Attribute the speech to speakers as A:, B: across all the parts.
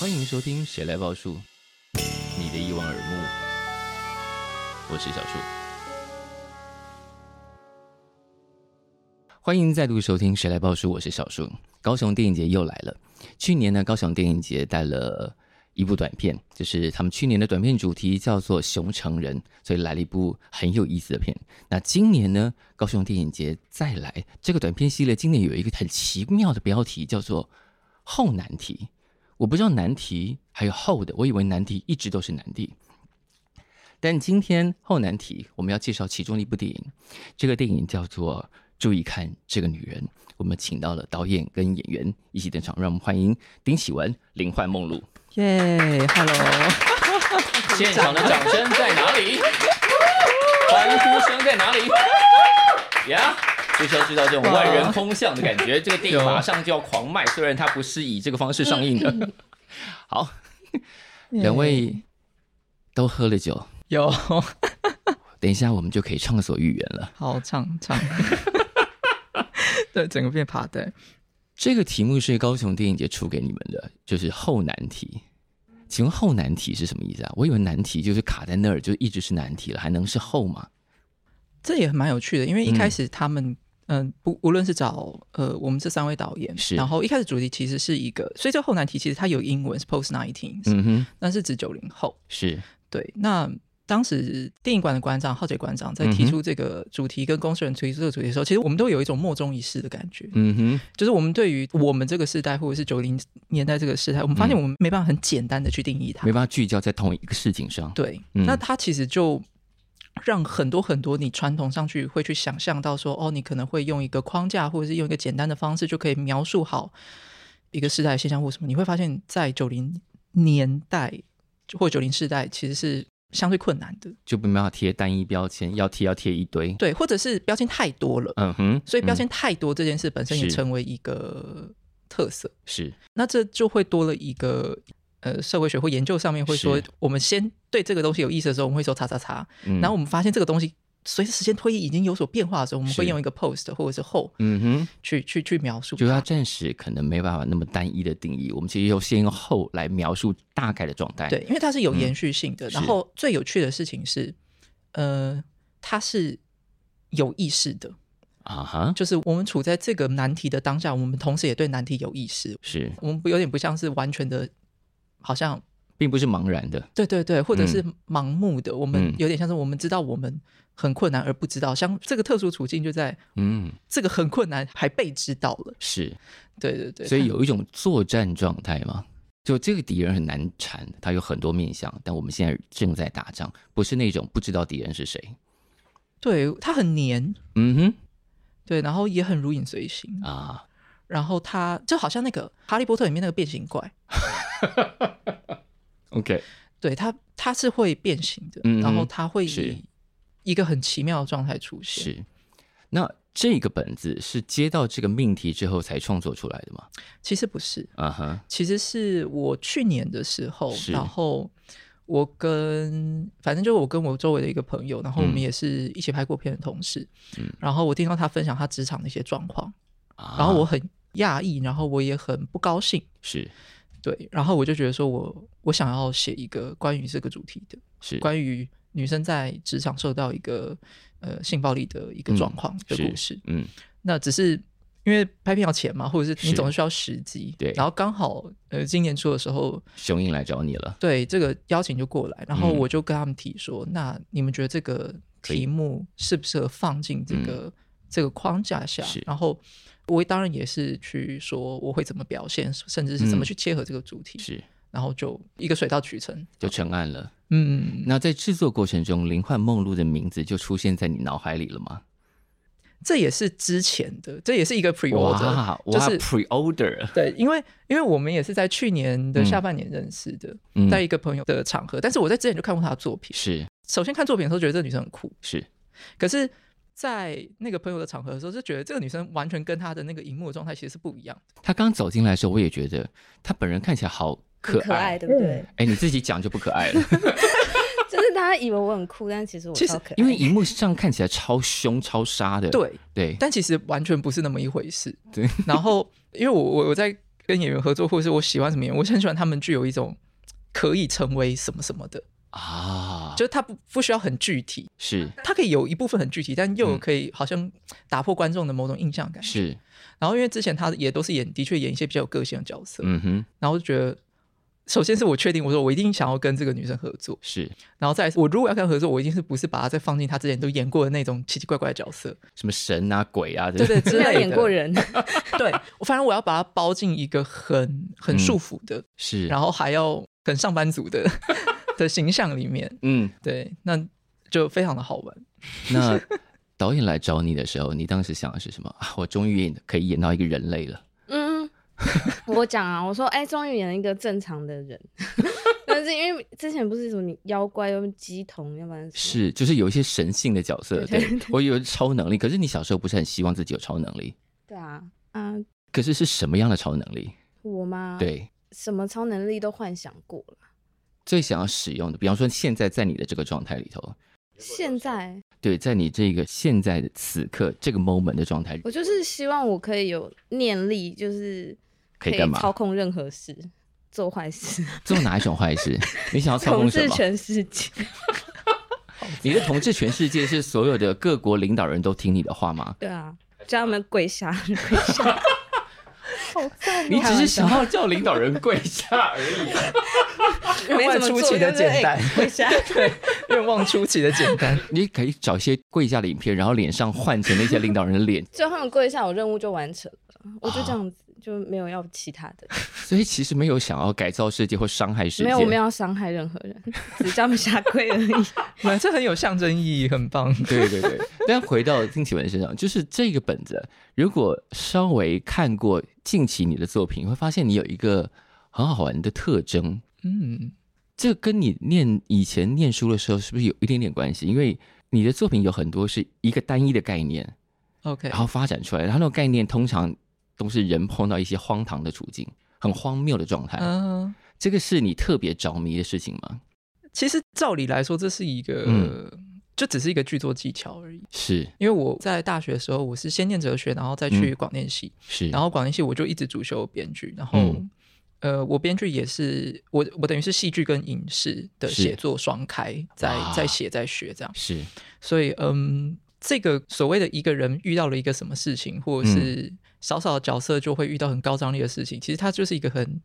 A: 欢迎收听《谁来报数》，你的一望而目，我是小树。欢迎再度收听《谁来报数》，我是小树。高雄电影节又来了，去年呢，高雄电影节带了一部短片，就是他们去年的短片主题叫做《熊成人》，所以来了一部很有意思的片。那今年呢，高雄电影节再来这个短片系列，今年有一个很奇妙的标题，叫做“后难题”。我不知道难题还有后的，我以为难题一直都是难题。但今天后难题，我们要介绍其中的一部电影，这个电影叫做《注意看这个女人》。我们请到了导演跟演员一起登场，让我们欢迎丁启文、林焕梦露。
B: 耶、h e l l o
A: 现场的掌声在哪里？欢呼声在哪里？呀、就是要制造这种万人空巷的感觉。这个电影马上就要狂卖，虽然它不是以这个方式上映的。好， 两位都喝了酒，
B: 有
A: 等一下我们就可以畅所欲言了。
B: 好唱 唱，对，整个变趴对，
A: 这个题目是高雄电影节出给你们的，就是后难题。请问后难题是什么意思啊？我以为难题就是卡在那儿，就一直是难题了，还能是后吗？
B: 这也蛮有趣的，因为一开始他们嗯、不无论是找呃我们这三位导演
A: 是，
B: 然后一开始主题其实是一个，所以这个后难题其实它有英文是 post nineteen，、
A: 嗯哼，
B: 那是指九零后，
A: 是
B: 对，那。当时电影馆的馆长、浩杰馆长
A: 嗯
B: 在提出这个主题，跟公司人提出这个主题的时候，其实我们都有一种莫衷一是的感觉。
A: 嗯哼，
B: 就是我们对于我们这个世代，或者是九零年代这个世代，我们发现
A: 嗯
B: 我们没办法很简单的去定义它
A: 没。办法聚焦在同一个事情上。
B: 对，
A: 嗯
B: 那它其实就让很多很多你传统上去会去想象到说，哦，你可能会用一个框架，或者是用一个简单的方式，就可以描述好一个时代的现象或什么。你会发现在九零年代或九零世代其实是相对困难的，
A: 就没办法贴单一标签，要贴要贴一堆。
B: 对，或者是标签太多了，
A: 嗯哼，
B: 所以标
A: 嗯
B: 签太多这件事本身也
A: 是
B: 成为一个特色。
A: 是
B: 那这就会多了一个呃社会学或研究上面会说
A: 是，
B: 我们先对这个东西有意识的时候，我们会说叉叉叉，
A: 嗯
B: 然后我们发现这个东西随着时间推移已经有所变化的时候，我们
A: 是
B: 会用一个 post 或者是后
A: 嗯哼，
B: 去去去描述它。
A: 就是它暂时可能没办法那么单一的定义，我们其实要先用后来描述大概的状态。
B: 对，，因为它是有延续性的。
A: 嗯是
B: 然后最有趣的事情是，呃，它是有意识的，
A: 啊哈，
B: 就是我们处在这个难题的当下，我们同时也对难题有意识。
A: 是，
B: 我们不有点不像是完全的，好像
A: 并不是茫然的。
B: 对对对，或者是盲目的，我们
A: 嗯
B: 有点像是我们知道我们很困难而不知道，像这个特殊处境就在
A: 嗯，
B: 这个很困难还被知道了。
A: 是，
B: 对对对，
A: 所以有一种作战状态嘛。就这个敌人很难缠，他有很多面相，但我们现在正在打仗，不是那种不知道敌人是谁。
B: 对它很黏，
A: 嗯
B: 对，然后也很如影随形
A: 哼，。啊，
B: 然后它就好像那个《哈利波特》里面那个变形怪，
A: OK，
B: 对它它是会变形的，
A: 嗯
B: 然后它会
A: 是
B: 以一个很奇妙的状态出现。
A: 是。那这个本子是接到这个命题之后才创作出来的吗？
B: 其实不是，
A: 啊哈，
B: 其实是我去年的时候，
A: 是
B: 然后我跟反正就是我跟我周围的一个朋友，然后我们
A: 嗯
B: 也是一起拍过片的同事，
A: 嗯
B: 然后我听到他分享他职场的一些状况，
A: 啊
B: 然后我很讶异，然后我也很不高兴，
A: 是
B: 对，然后我就觉得说我我想要写一个关于这个主题的，
A: 是
B: 关于女生在职场受到一个呃性暴力的一个状况的故事，
A: 嗯
B: 那只是因为拍片要钱嘛，或者是你
A: 是
B: 总是需要时机，
A: 对
B: 然后刚好呃今年初的时候。
A: 雄鹰来找你了，
B: 对这个邀请就过来，然后
A: 嗯
B: 我就跟他们提说，那你们觉得这个
A: 可以嗯
B: 题目适不适合放进这个、这个框架下
A: 是？
B: 然后我当然也是去说我会怎么表现，甚至是怎么
A: 嗯
B: 去切合这个主题，
A: 是
B: 然后就一个水到渠成。
A: 就成案了。
B: 嗯，
A: 那在制作过程中，林焕梦露的名字就出现在你脑海里了吗？
B: 这也是之前的，这也是一个 pre order，
A: 哇，
B: 啊就
A: 哇
B: 是
A: ，pre order，
B: 对，因为因为我们也是在去年的下半年认识的，
A: 嗯
B: 在一个朋友的场合，但是我在之前就看过她的作品。
A: 是
B: 首先看作品的时候，觉得这女生很酷，
A: 是
B: 可是，在那个朋友的场合的时候，就觉得这个女生完全跟她的那个荧幕的状态其实是不一样的。
A: 他刚走进来的时候，我也觉得他本人看起来好可
C: 很可爱，
A: 爱。嗯
C: 对不对？
A: 哎，你自己讲就不可爱了。
C: 就是是大家以为我很酷，但其实我
B: 其实
C: 超可爱。
A: 因为 荧幕上看起来超凶、超杀的。
B: 对，
A: 对，
B: 但其实完全不是那么一回事。
A: 对，
B: 然后因为我我我在跟演员合作，或者是我喜欢什么演员，我是很喜欢他们具有一种可以成为什么什么的，
A: 啊，
B: 就是他不不需要很具体，
A: 是
B: 他可以有一部分很具体，但又
A: 嗯
B: 可以好像打破观众的某种印象感。
A: 是，
B: 然后因为之前他也都是演，的确演一些比较有个性的角色，
A: 嗯哼，
B: 然后就觉得。首先是我确定，我说我一定想要跟这个女生合作，
A: 是
B: 然后再来是我如果要跟她合作，我一定是不是把她再放进她之前都演过的那种奇奇怪怪的角色，
A: 什么神啊、鬼啊，
B: 对对
A: 对，
B: 之类
C: 没有
B: 的。
C: 演 过人，
B: 对，我反正我要把它包进一个很很
A: 嗯
B: 束缚的，
A: 是，
B: 然
A: 后
B: 后还要很上班族 的的形象里面，
A: 嗯，
B: 对，那就非常的好 玩。
A: 那导演来找你的时候，你当时想的是什么啊？我终于演可以演到一个人类了，
C: 嗯，我讲啊，我说哎，终于演了一个正常的人， 但是因为之前不是什么你妖怪，要不然鸡童，要不然什么
A: 是就是有一些神性的角色，
C: 对对
A: 对我有超能力。可是你小时候不是很希望自己有超能力？
C: 对啊啊，
A: 可是是什么样的超能力？
C: 我吗？，
A: 对，
C: 什么超能力都幻想过了。
A: 最想要使用的，比方说现在在你的这个状态里头，
C: 现在
A: 对，在你这个现在的此刻这个 moment 的状态，
C: 我就是希望我可以有念力，就是
A: 可以干嘛
C: 操控任何事，做坏事，
A: 做哪一种坏事？你想要 操
C: 统
A: 控什
C: 治
A: 么？
C: 全世界。
A: 你的统治全世界是所有的各国领导人都听你的话吗？
C: 对啊，叫他们跪下，跪下。 好赞 哦
A: 你只是想要叫领导人跪下而已。
C: 没
B: 愿望
C: 怎么
B: 出
C: 做
B: 奇的
C: 就是
B: 简单，
C: 哎跪下。，
B: 对，愿望出奇的简单。
A: 你可以找一些跪下的影片，然后脸上换成那些领导人的脸
C: 就他们跪下，我任务就完成了，我就
A: 啊
C: 这样子，就没有要其他的，
A: 所以其实没有想要改造世界或伤害世界。
C: 没有我没有要伤害任何 人，只叫他们下跪而已。
B: 本来这很有象征意义，很棒。
A: 对对 对。但回到金启文身上，就是这个本子，如果稍微看过近期你的作品，你会发现你有一个很好玩的特征。
B: 嗯，
A: 这跟你念以前念书的时候是不是有一点点关系？因为你的作品有很多是一个单一的概念，
B: OK，
A: 然后发展出来，然后那种概念通常都是人碰到一些荒唐的处境，很荒谬的状态。
B: 嗯、
A: 这个是你特别着迷的事情吗？
B: 其实照理来说，这是一个、
A: 嗯
B: 就只是一个剧作技巧而已。
A: 是
B: 因为我在大学的时候，我是先念哲学，然后再去
A: 嗯
B: 广电系。
A: 是，
B: 然后广电系我就一直主修编剧，然后、
A: 嗯
B: 呃，我编剧也是我我等于是戏剧跟影视的写作双开，在
A: 哇
B: 在写在学这样，
A: 是
B: 所以嗯，这个所谓的一个人遇到了一个什么事情，或者是
A: 嗯
B: 少少的角色就会遇到很高张力的事情，其实它就是一个很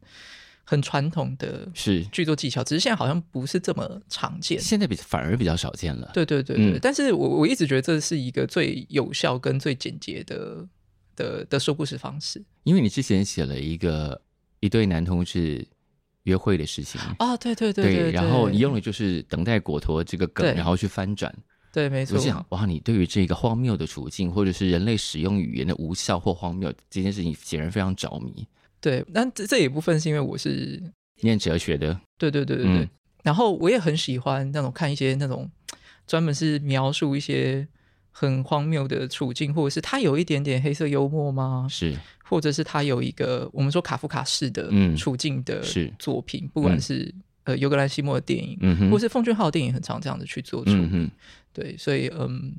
B: 很传统的
A: 是，
B: 剧作技巧，只是现在好像不是这么常见。
A: 现在比反而比较少见了。
B: 对对对对，
A: 嗯
B: 但是我我一直觉得这是一个最有效跟最简洁的的的说故事方式。
A: 因为你之前写了一个一对男同志约会的事情。
B: 啊，对对对对，
A: 然后你用的就是等待果陀这个梗，
B: 对
A: 然后去翻转。
B: 对，没
A: 我
B: 错，
A: 就想，哇，你对于这个荒谬的处境，或者是人类使用语言的无效或荒谬这件事情，显然非常着迷。
B: 对，但这这一部分是因为我是，
A: 念哲学的，
B: 对对对对对，
A: 嗯
B: 然后我也很喜欢那种看一些那种专门是描述一些很荒谬的处境，或者是他有一点点黑色幽默吗？
A: 是
B: 或者是他有一个我们说卡夫卡式的
A: 嗯
B: 处境的
A: 是
B: 作品，不管
A: 嗯
B: 是、呃尤格兰西莫的电影，
A: 嗯哼
B: 或是奉俊昊的电影，很常这样子去做处理。
A: 嗯哼，
B: 对，所以嗯，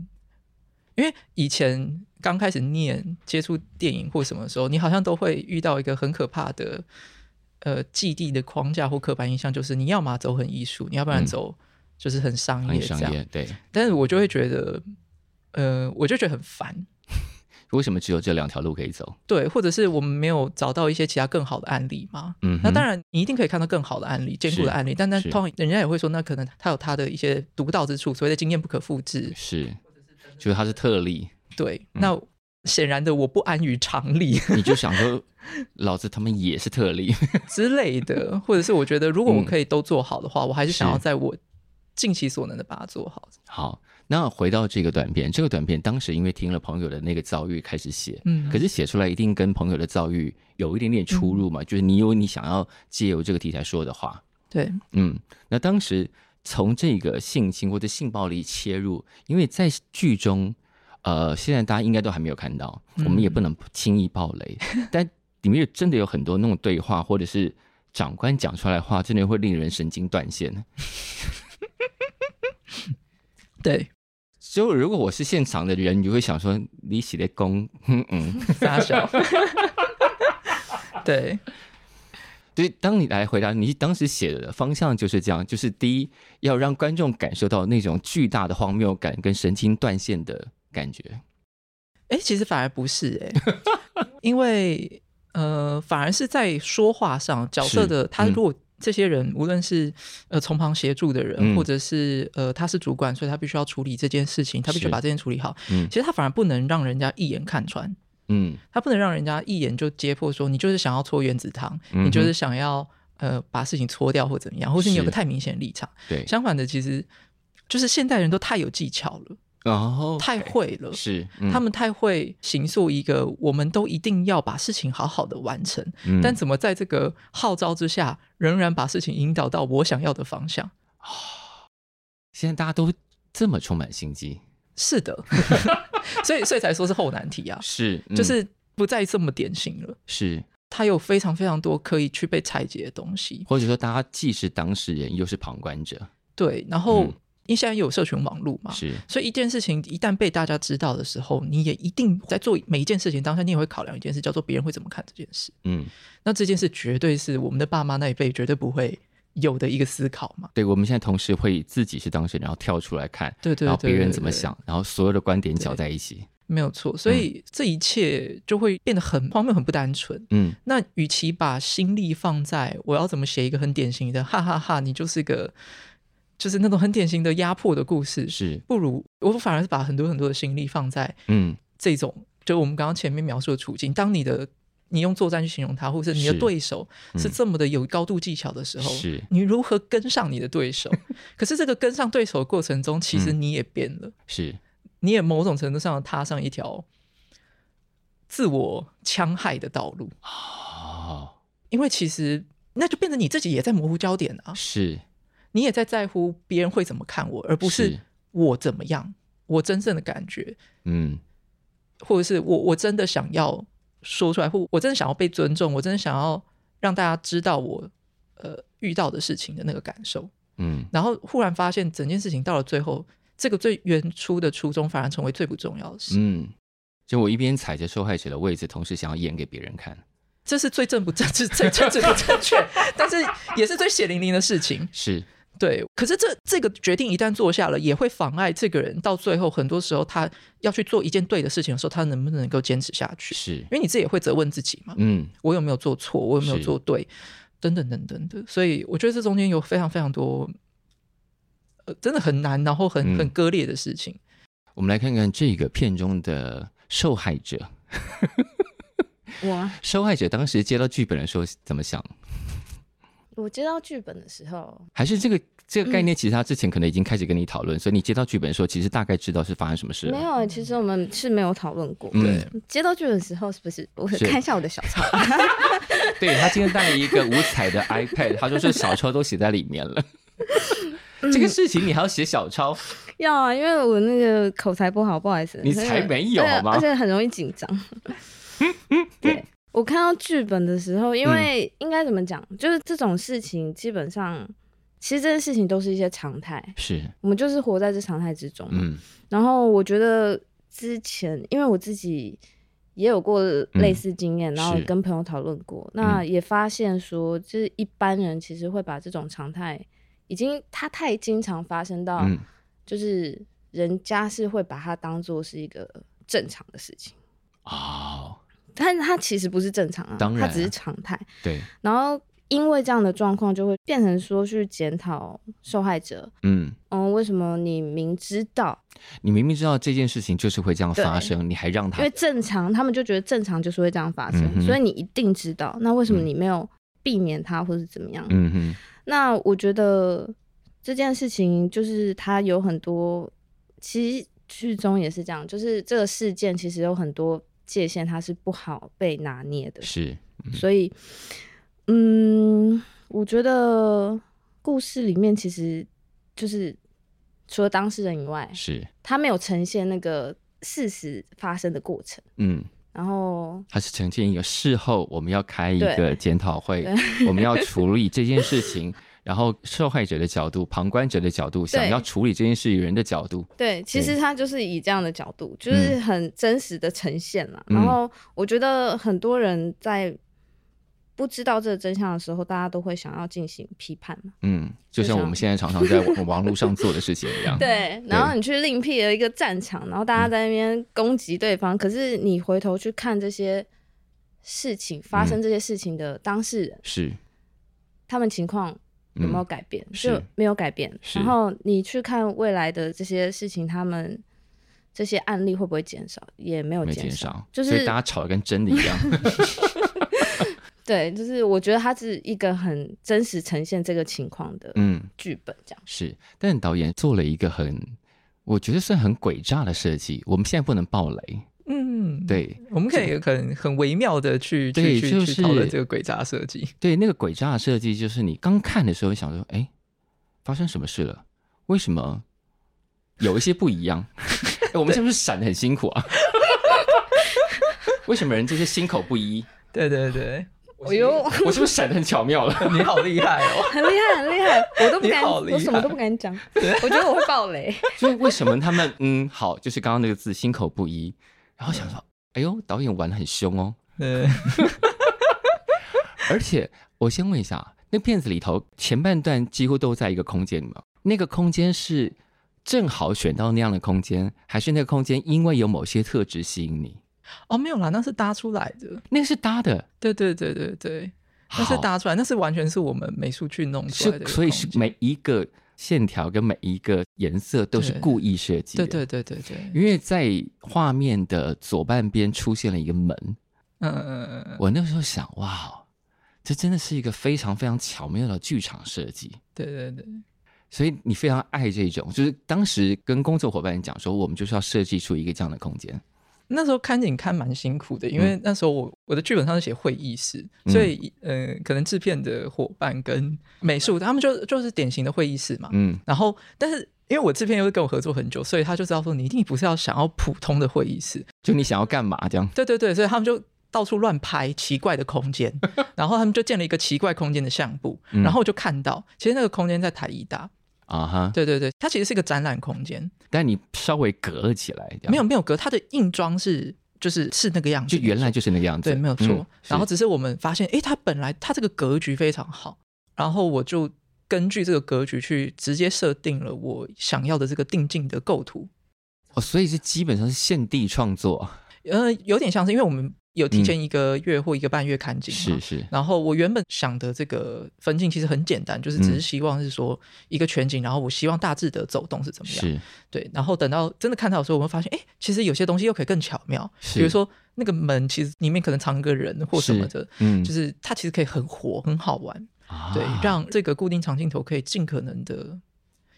B: 因为以前刚开始念接触电影或什么的时候，你好像都会遇到一个很可怕的呃既定的框架或刻板印象，就是你要么走很艺术，你要不然
A: 嗯
B: 走就是很商
A: 很
B: 业这
A: 商
B: 样。
A: 业。对，
B: 但是我就会觉得，呃，我就觉得很烦。
A: 为什么只有这两条路可以走？
B: 对，或者是我们没有找到一些其他更好的案例嘛？
A: 嗯哼，
B: 那当然，你一定可以看到更好的案例、坚固
A: 是
B: 的案例，但但
A: 是
B: 通常人家也会说，那可能他有他的一些独到之处，所谓的经验不可复制。
A: 是，就是它是特例。
B: 对，
A: 嗯
B: 那显然的，我不安于常理
A: 你就想说，老子他们也是特例，
B: 之类的，或者是我觉得，如果我
A: 嗯
B: 可以都做好的话，我还是想要
A: 是
B: 在我尽其所能的把它做好。
A: 好，那回到这个短片，这个短片当时因为听了朋友的那个遭遇开始写，
B: 嗯
A: 可是写出来一定跟朋友的遭遇有一点点出入嘛，就是你有你想要借由这个题材说的话，
B: 对，
A: 嗯，那当时从这个性侵或者性暴力切入，因为在剧中，呃，现在大家应该都还没有看到，我们也不能轻易爆雷，但里面有真的有很多那种对话或者是。长官讲出来的话，真的会令人神经断线。
B: 对，
A: 就如果我是现场的人，你就会想说你写的功， 嗯嗯，
B: 傻 笑。对，
A: 对。当你来回答，你当时写的方向就是这样，就是第一要让观众感受到那种巨大的荒谬感跟神经断线的感觉。
B: 哎、其实反而不是哎、因为呃，反而是在说话上，角色
A: 是
B: 的他
A: 嗯
B: 如果这些人，无论是呃从旁协助的人，
A: 嗯
B: 或者是呃他是主管，所以他必须要处理这件事情，他必须
A: 是
B: 把这件处理好。
A: 嗯
B: 其实他反而不能让人家一眼看穿，
A: 嗯
B: 他不能让人家一眼就揭破说你就是想要搓原子汤，
A: 嗯
B: 你就
A: 哼
B: 是想要呃把事情搓掉或怎么样，或是你有个
A: 是
B: 太明显的立场。
A: 对，
B: 相反的，其实就是现代人都太有技巧了，
A: 然后
B: 太会了。
A: 是、嗯
B: 他们太会形塑一个，我们都一定要把事情好好的完成，
A: 嗯
B: 但怎么在这个号召之下，仍然把事情引导到我想要的方向？
A: 现在大家都这么充满心机，
B: 是的， 所以所以才说是后难题啊，
A: 是嗯
B: 就是不再这么典型了。
A: 是，
B: 它有非常非常多可以去被拆解的东西，
A: 或者说大家既是当事人又是旁观者，
B: 对。然后、
A: 嗯
B: 因为现在有社群网络嘛，
A: 是
B: 所以一件事情一旦被大家知道的时候，你也一定在做每一件事情当下，你也会考量一件事，叫做别人会怎么看这件事。
A: 嗯，
B: 那这件事绝对是我们的爸妈那一辈绝对不会有的一个思考嘛。
A: 对，我们现在同时会自己是当事人，然后跳出来看，
B: 对对
A: 然后别
B: 对
A: 人
B: 对
A: 怎么
B: 对嗯
A: 想，然后所有的观点搅
B: 对
A: 在一起，
B: 没有错，所以这一切就会变得很荒谬、很不单纯。
A: 嗯，
B: 那与其把心力放在我要怎么写一个很典型的哈哈哈你就是个就是那种很典型的压迫的故事，
A: 是，
B: 不如我反而是把很多很多的心力放在
A: 嗯，
B: 这种，就我们刚刚前面描述的处境。当你的你用作战去形容它，或者是你的
A: 是
B: 对手
A: 嗯
B: 是这么的有高度技巧的时候，
A: 是
B: 你如何跟上你的对手？ 可是这个跟上对手的过程中，其实
A: 嗯
B: 你也变了，
A: 是，
B: 你也某种程度上踏上一条自我戕害的道路，
A: 哦，
B: 因为其实那就变成你自己也在模糊焦点啊，
A: 是，
B: 你也在在乎别人会怎么看我，而不是我怎么样，我真正的感觉，
A: 嗯，
B: 或者是我我真的想要说出来，或我真的想要被尊重，我真的想要让大家知道我呃遇到的事情的那个感受。
A: 嗯，
B: 然后忽然发现整件事情到了最后，这个最原初的初衷反而成为最不重要的事，
A: 嗯，就我一边踩着受害者的位置，同时想要演给别人看，
B: 这是最正不正，这是最正直不正确，但是也是最血淋淋的事情。
A: 是，
B: 对，可是这这个决定一旦做下了，也会妨碍这个人到最后，很多时候他要去做一件对的事情的时候，他能不能够坚持下去？
A: 是
B: 因，为你自己也会责问自己嘛，
A: 嗯，
B: 我有没有做错？我有没有
A: 是
B: 做对？等等等等的，所以我觉得这中间有非常非常多，呃，真的很难，然后很
A: 嗯
B: 很割裂的事情。
A: 我们来看看这个片中的受害者，
C: 我吗
A: 受害者当时接到剧本的时候怎么想？
C: 我接到剧本的时候，
A: 还是这个这个概念，其实他之前可能已经开始跟你讨论，所以你接到剧本的时候，其实大概知道是发生什么事了。
C: 没有欸，其实我们是没有讨论过。
A: 嗯
B: 对，
C: 接到剧本的时候，是不是我
A: 是
C: 看一下我的小抄？
A: 对他今天带了一个五彩的 iPad，他说是小抄都写在里面了。 这个事情你还要写小抄，
C: 要啊，因为我那个口才不好，不好意思。
A: 你才没有好吗
C: 啊而且而且很容易紧张。 对，我看到剧本的时候，因
A: 嗯
C: 为应该怎么讲，就是这种事情基本上，其实这些事情都是一些常态，
A: 是，
C: 我们就是活在这常态之中。嗯，
A: 嗯
C: 然后我觉得之前，因为我自己也有过类似经验，然后
A: 嗯是嗯
C: 跟朋友讨论过，那也发现说，就是一般人其实会把这种常态，已经它太经常发生到，
A: 嗯，
C: 就是人家是会把它当做是一个正常的事情，啊
A: 哦，
C: 但它其实不是正常啊，
A: 当然啊
C: 它只是常态。
A: 对，
C: 然后因为这样的状况，就会变成说去检讨受害者，
A: 嗯，
C: 嗯，为什么你明知道？
A: 你明明知道这件事情就是会这样发
C: 对
A: 生，你还让
C: 因
A: 他
C: 为正常，他们就觉得正常就是会这样发生，
A: 嗯哼
C: 所以你一定知道。那为什么你没有避免它，或是怎么样？
A: 嗯哼，
C: 那我觉得这件事情就是它有很多，其实剧中也是这样，就是这个事件其实有很多界限，它是不好被拿捏的。
A: 是，
C: 所以，嗯，我觉得故事里面其实就是除了当事人以外，
A: 是，
C: 他没有呈现那个事实发生的过程。
A: 嗯，
C: 然后
A: 他是呈现一个事后我们要开一
C: 对
A: 个检讨会，我们要处理这件事情，然后受害者的角度、旁观者的角度，
C: 对
A: 想要处理这件事情人的角度，
C: 对，其
A: 对
C: 实他就是以这样的角度，就是很真实的呈现啦。然
A: 嗯
C: 后我觉得很多人在不知道这个真相的时候，大家都会想要进行批判嘛。
A: 嗯，就像
C: 就像
A: 我们现在常常在网网络上做的事情一样，
C: 对，然后你去另辟了一个战场，然后
A: 嗯
C: 大家在那边攻击对方，可是你回头去看这些事情发
A: 嗯
C: 生这些事情的当事人，
A: 是
C: 他们情况有没有
A: 嗯
C: 改变？
A: 是
C: 就没有改变。
A: 是
C: 然后你去看未来的这些事情，他们这些案例会不会减少？也没有
A: 没
C: 减
A: 减少，
C: 就
A: 所以
C: 是
A: 大家吵得跟真的一 样，
C: 对，就是我觉得它是一个很真实呈现这个情况的
A: 嗯，
C: 剧本，这样。
A: 是。但导演做了一个很，我觉得算很诡诈的设计，我们现在不能爆雷，
B: 嗯，，
A: 对
B: 我们可以很很微妙的去去
A: 对
B: 去、
A: 就
B: 去讨论
A: 是
B: 这个鬼诈设计。
A: 对，那个诡诈的设计就是你刚看的时候想说，哎，发生什么事了？为什么有一些不一样？ 哎，我们是不是闪的很辛苦啊？ 为什么人就是心口不一？
B: 对对对，
C: 哎呦，
A: 我是不是闪的很巧妙了？
B: 你好厉害哦！
C: 很厉害，很厉害，我都不
B: 你
C: 敢，
B: 好厉
C: 我什么都不敢讲，我觉得我会爆雷。
A: 就是为什么他们嗯好，就是刚刚那个字心口不一，然后想说，哎呦，导演玩的很凶哦。
B: 对，
A: 而且我先问一下，啊那片子里头前半段几乎都在一个空间里面，那个空间是正好选到那样的空间，还是那个空间因为有某些特质吸引你？
B: 哦，没有啦，那是搭出来的。
A: 那个是搭的，
B: 对对对对对，那是
A: 好
B: 搭出来，那是完全是我们美术去弄出来
A: 是
B: 的一个
A: 所以是
B: 空间
A: 每一个线条跟每一个颜色都是
B: 对
A: 故意设计的。
B: 对对对对对，
A: 因为在画面的左半边出现了一个门，
B: 嗯嗯嗯嗯，
A: 我那时候想，哇，哦这真的是一个非常非常巧妙的剧场设计。
B: 对对对，
A: 所以你非常爱这种，就是当时跟工作伙伴讲说，我们就是要设计出一个这样的空间。
B: 那时候看景看蛮辛苦的，因
A: 嗯
B: 为那时候我我的剧本上是写会议室，所以呃，可能制片的伙伴跟美术他们就就是典型的会议室嘛。
A: 嗯，
B: 然后，但是因为我制片又跟我合作很久，所以他就知道说你一定不是要想要普通的会议室，
A: 就你想要干嘛这样？
B: 对对对，所以他们就到处乱拍奇怪的 空间，然后他们就建了一个奇怪空间的相簿，
A: 嗯
B: 然后我就看到其实那个空间在台艺大，
A: 啊哈，
B: 对对对，它其实是一个展览空间，
A: 但你稍微隔起来，这样
B: 没有没有隔，它的硬装是就是是那个样子，
A: 就原来就是那个样子，
B: 对，没有错。
A: 嗯
B: 然后
A: 是
B: 只是我们发现，诶，它本来它这个格局非常好，然后我就根据这个格局去直接设定了我想要的这个定镜的构图。
A: 哦，所以是基本上是现地创作，
B: 呃，有点像是因为我们有提前一个月或一个半月看景嘛。
A: 嗯是是，
B: 然后我原本想的这个分镜其实很简单，就是
A: 嗯
B: 只是希望是说一个全景，然后我希望大致的走动是怎么样。
A: 是啊
B: 对，然后等到真的看到的时候，我们发现，诶，其实有些东西又可以更巧妙，
A: 是，
B: 比如说那个门其实里面可能藏一个人或什么
A: 是
B: 的，
A: 嗯
B: 就是它其实可以很活、很好玩，
A: 啊
B: 对，让这个固定长镜头可以尽可能的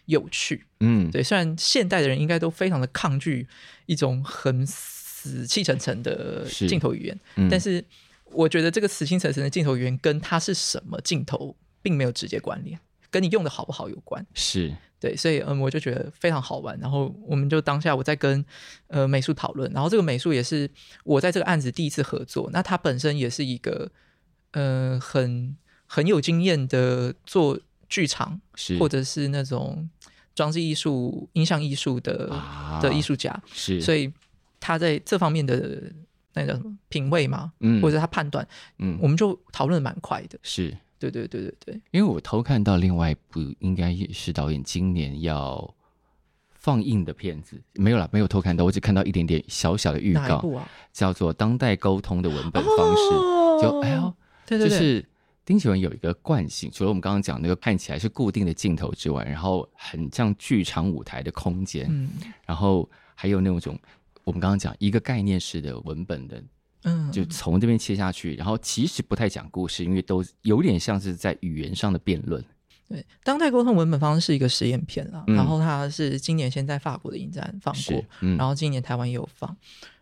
B: 有趣。
A: 嗯
B: 对，虽然现代的人应该都非常的抗拒一种很死气沉沉的
A: 是
B: 镜头语言，
A: 嗯
B: 但是我觉得这个死气沉沉的镜头语言跟它是什么镜头并没有直接关联，跟你用的好不好有关。
A: 是
B: 对，所以嗯，我就觉得非常好玩。然后我们就当下我在跟呃美术讨论，然后这个美术也是我在这个案子第一次合作，那他本身也是一个呃很很有经验的做剧场
A: 是
B: 或者是那种装置艺术、音像艺术的、
A: 啊
B: 的艺术家，
A: 是，
B: 所
A: 以
B: 以他在这方面的那个叫什么品味嘛，
A: 嗯
B: 或者他判断，
A: 嗯
B: 我们就讨论得蛮快的。
A: 是。
B: 对对对对对，
A: 因为我偷看到另外一部，应该也是导演今年要放映的片子，没有啦，没有偷看到，我只看到一点点小小的预
B: 哪一
A: 告
B: 部，啊？
A: 叫做《当代沟通的文本方式》。就哎呦，
B: 哦对对对，
A: 就是丁启文有一个惯性，除了我们刚刚讲那个看起来是固定的镜头之外，然后很像剧场舞台的空间，
B: 嗯
A: 然后还有那种我们刚刚讲一个概念式的文本的
B: 嗯，
A: 就从这边切下去，然后其实不太讲故事，因为都有点像是在语言上的辩论。
B: 对，当代沟通文本方式是一个实验片啦，
A: 嗯
B: 然后它是今年先在法国的影展放过
A: 是，，嗯
B: 然后今年台湾也有放，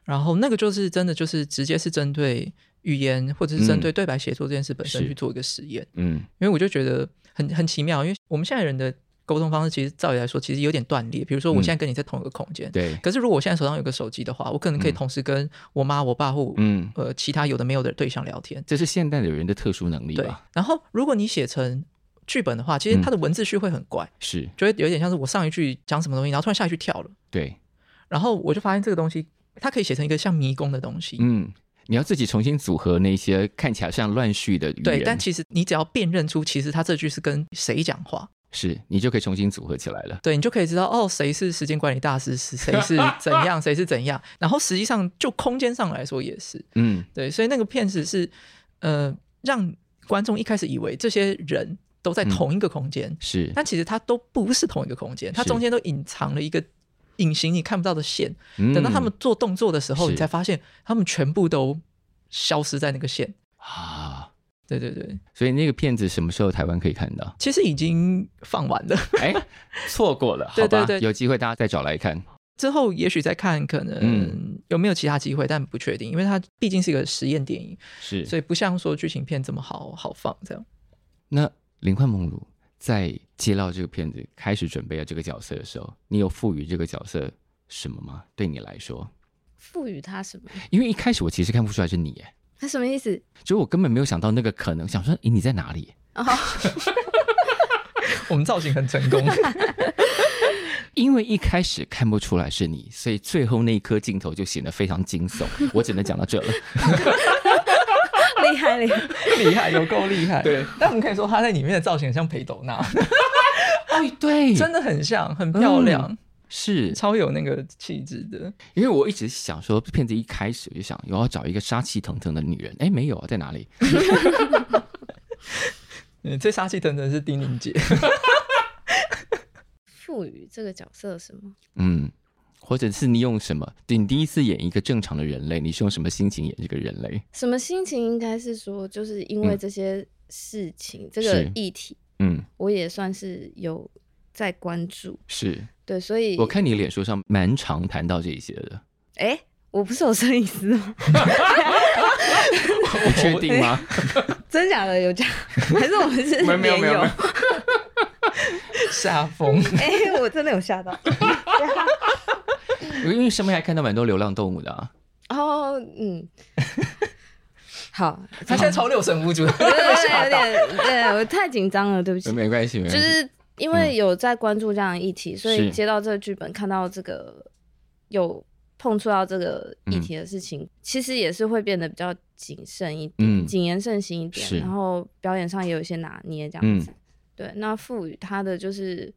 B: 然后那个就是真的就是直接是针对语言或者是针对对白写作这件事本
A: 嗯
B: 身
A: 是
B: 去做一个实验，
A: 嗯，
B: 因为我就觉得很很奇妙，因为我们现在人的沟通方式其实照理来说其实有点断裂，比如说我
A: 嗯
B: 现在跟你在同一个空间，
A: 对，
B: 可是如果我现在手上有个手机的话，我可能可以
A: 嗯
B: 同时跟我妈、我爸或、
A: 嗯，
B: 呃其他有的没有的对象聊天，
A: 这是现代的人的特殊能力
B: 对
A: 吧？，嗯
B: 然后如果你写成剧本的话，其实它的文字序会很怪，
A: 是
B: 就会有点像是我上一句讲什么东西，然后突然下一句跳了，
A: 对，
B: 然后我就发现这个东西它可以写成一个像迷宫的东西。
A: 嗯，你要自己重新组合那些看起来像乱序的语言，
B: 对，但其实你只要辨认出，其实他这句是跟谁讲话，
A: 是你就可以重新组合起来了。
B: 对你就可以知道哦，谁是时间管理大师，是谁是怎 样，谁是怎样。然后实际上就空间上来说也是，
A: 嗯，
B: 对，所以那个片子是呃让观众一开始以为这些人都
A: 嗯
B: 在同一个空间，
A: 是
B: 但其实它都不是同一个空间，它
A: 是
B: 中间都隐藏了一个隐形你看不到的线。
A: 嗯
B: 等到他们做动作的时候，
A: 是
B: 你才发现他们全部都消失在那个线。
A: 啊，
B: 对对对，
A: 所以那个片子什么时候台湾可以看到？
B: 其实已经放完了，
A: 哎，错过了，好
B: 对
A: 吧，
B: 对对
A: 有机会大家再找来看。
B: 之后也许再看，可能
A: 嗯
B: 有没有其他机会，但不确定，因为它毕竟是一个实验电影，
A: 是，
B: 所以不像说剧情片这么好好放这样。
A: 那林焕梦露在接到这个片子开始准备了这个角色的时候，你有赋予这个角色什么吗？对你来说，
C: 赋予他什么？
A: 因为一开始我其实看不出来是你，哎，
C: 他什么意思？
A: 就我根本没有想到那个可能，想说，诶，你在哪里？
B: 我们造型很成功，
A: 因为一开始看不出来是你，所以最后那一颗镜头就显得非常惊悚。我只能讲到这了。
C: 厉害厉害！
B: 厉害，有够厉害。
A: 对，
B: 但我们可以说他在里面的造型很像裴斗 娜，
A: 哦，对，
B: 真的很像，很漂亮，
A: 嗯是
B: 超有那个气质的。
A: 因为我一直想说，片子一开始我就想，我要找一个杀气腾腾的女人。哎，没有啊，在哪里？
B: 嗯，最杀气腾腾是丁宁 姐，
C: 赋予这个角色什么？
A: 嗯，或者是你用什么？对你第一次演一个正常的人类，你是用什么心情演这个人类？
C: 什么心情？应该是说，就是因为
A: 嗯
C: 这些事情，这个
A: 是
C: 议题，
A: 嗯，
C: 我也算是有在关注。
A: 是
C: 对，所以
A: 我看你脸书上蛮常谈到这一些的，
C: 哎、我不是有摄影师吗？
A: 你确定吗？
C: 真假的有这样？ 还是我们是
A: 没有没有
C: 连
A: 没有没有
B: 下风。
C: 哎、 我真的有吓到。
A: 我因为身边还看到蛮多流浪动物的啊。
C: 哦，嗯， 好，
B: 他现在超六神无主，
C: 对对
B: 被吓到。
C: 对，有点对我太紧张了，对不起。
A: 没关系，没
C: 就
A: 关系。
C: 是因为有在关注这样的议题，所以
A: 啊嗯是
C: 接到这个剧本，看到这个有碰触到这个议
A: 嗯
C: 题的事情，其实也是会变得比较谨慎一点，
A: 嗯
C: 谨言慎行一点，
A: 是嗯
C: 然后表演上也有一些拿捏这样子。对，那赋予他的就是，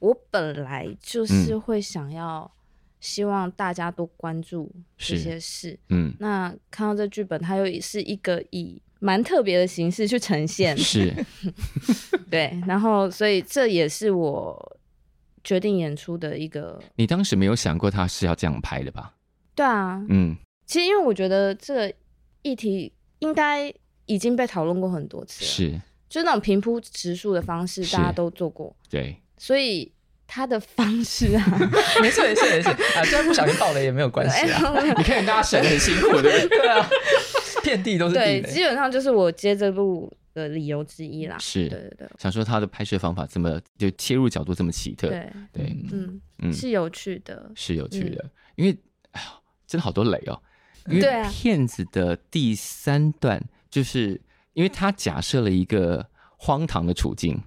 C: 我本来就是
A: 嗯
C: 会想要希望大家多关注这
A: 是
C: 些事，
A: 嗯，
C: 那看到这剧本，它又是一个以蛮特别的形式去 呈现，
A: 是
C: 对，然后所以这也是我决定演出的一个，
A: 你当时没有想过他是要这样拍的吧？
C: 对啊，
A: 嗯，
C: 其实因为我觉得这个议题应该已经被讨论过很多次了，
A: 是，
C: 就是啊那种平铺直述的方式，
A: 是
C: 大家都做过，
A: 对，
C: 所以他的方式啊，哎
B: 没事没事没事啊，就算不小心爆雷也没有关系啊。你看大家
A: 真
B: 神
A: 的很辛苦 的。
B: 对啊，遍地都是地
C: 对，
B: 雷。
C: 基本上就是我接这部的理由之一啦，
A: 是
C: 对对对
A: 想说他的拍摄方法这么就切入角度这么奇特，
C: 对，
A: 对，
C: 嗯，
A: 嗯，
C: 是有趣 的，
A: 是有趣的，因为哎呦，真的好多雷哦。因
C: 对啊
A: 为骗子的第三段，就是因为他假设了一个荒唐的处境，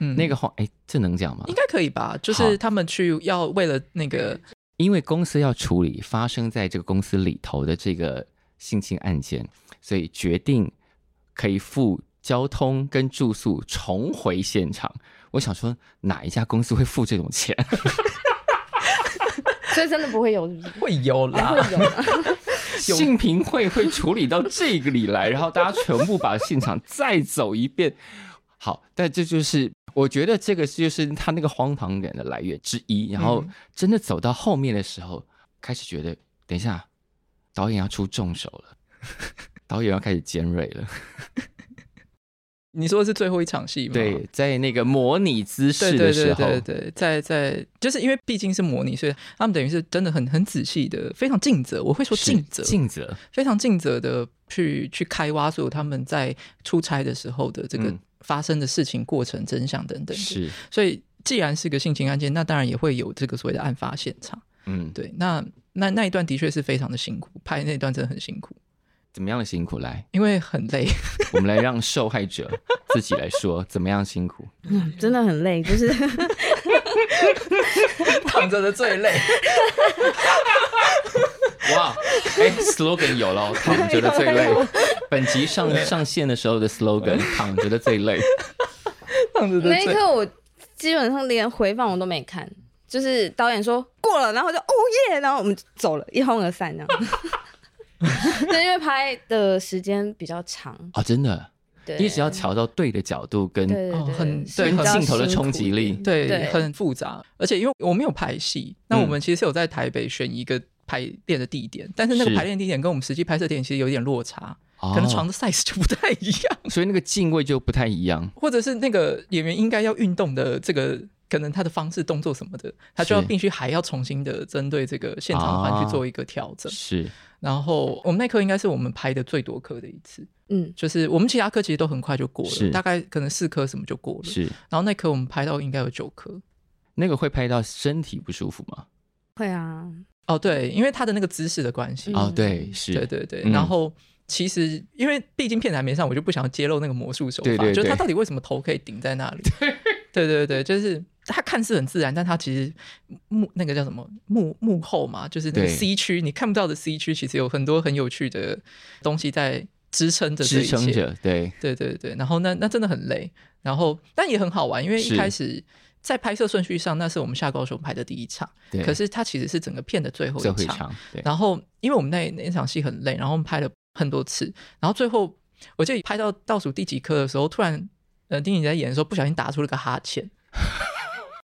B: 嗯
A: 那个荒哎，这能讲吗
B: 应？该可以吧？就是
A: 好
B: 他们去要为了那个
A: 因为公司要处理发生在这个公司里头的这个性侵案件，所以决定可以付交通跟住宿重回现场。我想说，哪一家公司会付这种钱？
C: 所以真的不 会有，是不是？
B: 哎会有啦
C: 还，会有吗？
A: 性平会会处理到这个里来，然后大家全部把现场再走一 遍。好，但这就是我觉得这个就是他那个荒唐感的来源之一。然
B: 嗯
A: 后真的走到后面的时候，开始觉得等一下导演要出重手 了，导演要开始尖锐了。
B: 你说的是最后一场戏吗？
A: 对，在那个模拟姿
B: 对
A: 势
B: 对
A: 的
B: 对
A: 时候，
B: 对对，在在就是因为毕竟是模拟，所以他们等于是真的很很仔细的，非常尽责。我会说
A: 是
B: 尽责，
A: 尽责
B: 非常尽责的去去开挖所有他们在出差的时候的这个
A: 嗯
B: 发生的事情、过程、真相等等。，
A: 是，
B: 所以既然是个性侵案件，那当然也会有这个所谓的案发现场。
A: 嗯，
B: 对，那那那一段的确是非常的辛苦，拍那一段真的很辛苦。
A: 怎么样的辛苦？来，
B: 因为很累，
A: 我们来让受害者自己来说怎么样辛苦。
C: 真的很累，就是
B: 躺着的最累。
A: 哇，哎、s l o g a n 有了哦，躺着的最累
C: 有有。
A: 本集上上线的时候的 slogan，躺着的最累。
B: 躺着的
C: 那一
B: 最
C: 刻我基本上连回放我都没看，就是导演说过了，然后就哦耶，然后我们就走了，一哄而散这样。 对，因为拍的时间比较长，
A: 哦，真的，
C: 对，
A: 你只要调到对的角度跟，
C: 对对对
B: 哦很
C: 是
B: 对
C: 比较
B: 很
A: 镜头的
C: 辛苦
A: 冲击
C: 的
A: 力
B: 对，
C: 对
B: 很复杂。而且因为我没有排戏，那我
A: 嗯
B: 们其实有在台北选一个排练的地点，但是那个
A: 是
B: 排练地点跟我们实际拍摄地点其实有点落差，
A: 哦
B: 可能床的 size 就不太一样，
A: 所以那个敬畏就不太一样。
B: 或者是那个演员应该要运动的这个。可能他的方式、动作什么的，他就要
A: 是
B: 必须还要重新的针对这个现场环
A: 啊
B: 去做一个调整。
A: 是，
B: 然后我们那科应该是我们拍的最多科的一次，
C: 嗯，
B: 就是我们其他科其实都很快就过
A: 是
B: 了，大概可能四科什么就过了。
A: 是
B: 然后那科我们拍到应该有九科。
A: 那个会拍到身体不舒服吗？
C: 会啊，
B: 哦，对，因为他的那个姿势的关系，
A: 哦，
C: 嗯
A: 对，
B: 对
A: 是，
B: 对对。
A: 嗯
B: 然后其实因为毕竟片台没上，我就不想要揭露那个魔术手法，
A: 对对
B: 就是他
A: 对
B: 到底为什么头可以顶在那 里？对对对，就是他看似很自然，但他其实幕那个叫什么幕幕后嘛，就是那个
A: 对
B: C 区，你看不到的 C 区，其实有很多很有趣的东西在支撑着这
A: 支
B: 一
A: 撑
B: 切。
A: 着，对，
B: 对对对，然后那那真的很累，然后但也很好玩，因为
A: 是
B: 一开始在拍摄顺序上，那是我们下高手拍的第一场，
A: 对。
B: 可是它其实是整个片的最后一
A: 最
B: 场。
A: 后一场，对，
B: 然后因为我们那那场戏很累，然后我们拍了很多次，然后最后我记得拍到倒数第几颗的时候，突然呃丁颖在演的时候不小心打出了个哈欠。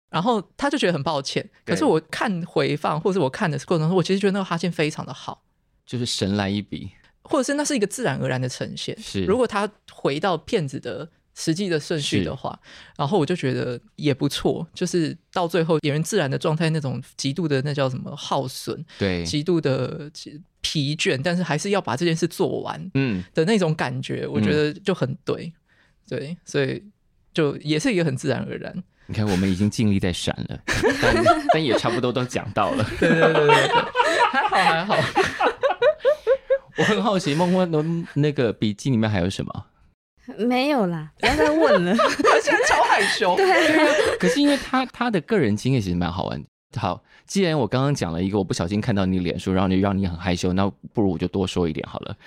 B: 然后他就觉得很抱歉，可是
A: 对
B: 我看回放或者我看的过程中，我其实觉得那个哈欠非常的好，
A: 就是神来一笔，
B: 或者是那是一个自然而然的呈现。
A: 是
B: 如果他回到骗子的实际的顺序
A: 是
B: 的话，然后我就觉得也不错，就是到最后演员自然的状态，那种极度的那叫什么耗损，
A: 对，
B: 极度的其疲倦，但是还是要把这件事做完
A: 嗯，
B: 的那种感觉，我觉得就很对，对，所以就也是一个很自然而 然，
A: 你看我们已经尽力在闪了， 但但也差不多都讲到了。
B: 对对 对对对，还好还好。
A: 我很好奇，梦梦的那个笔记里面还有什么？
C: 没有啦，不要再问了。
B: 他现在超害羞，
A: 可是因为他他的个人经验其实蛮好玩的。好，既然我刚刚讲了一个我不小心看到你脸书，然后你让你很害羞，那不如我就多说一点好了。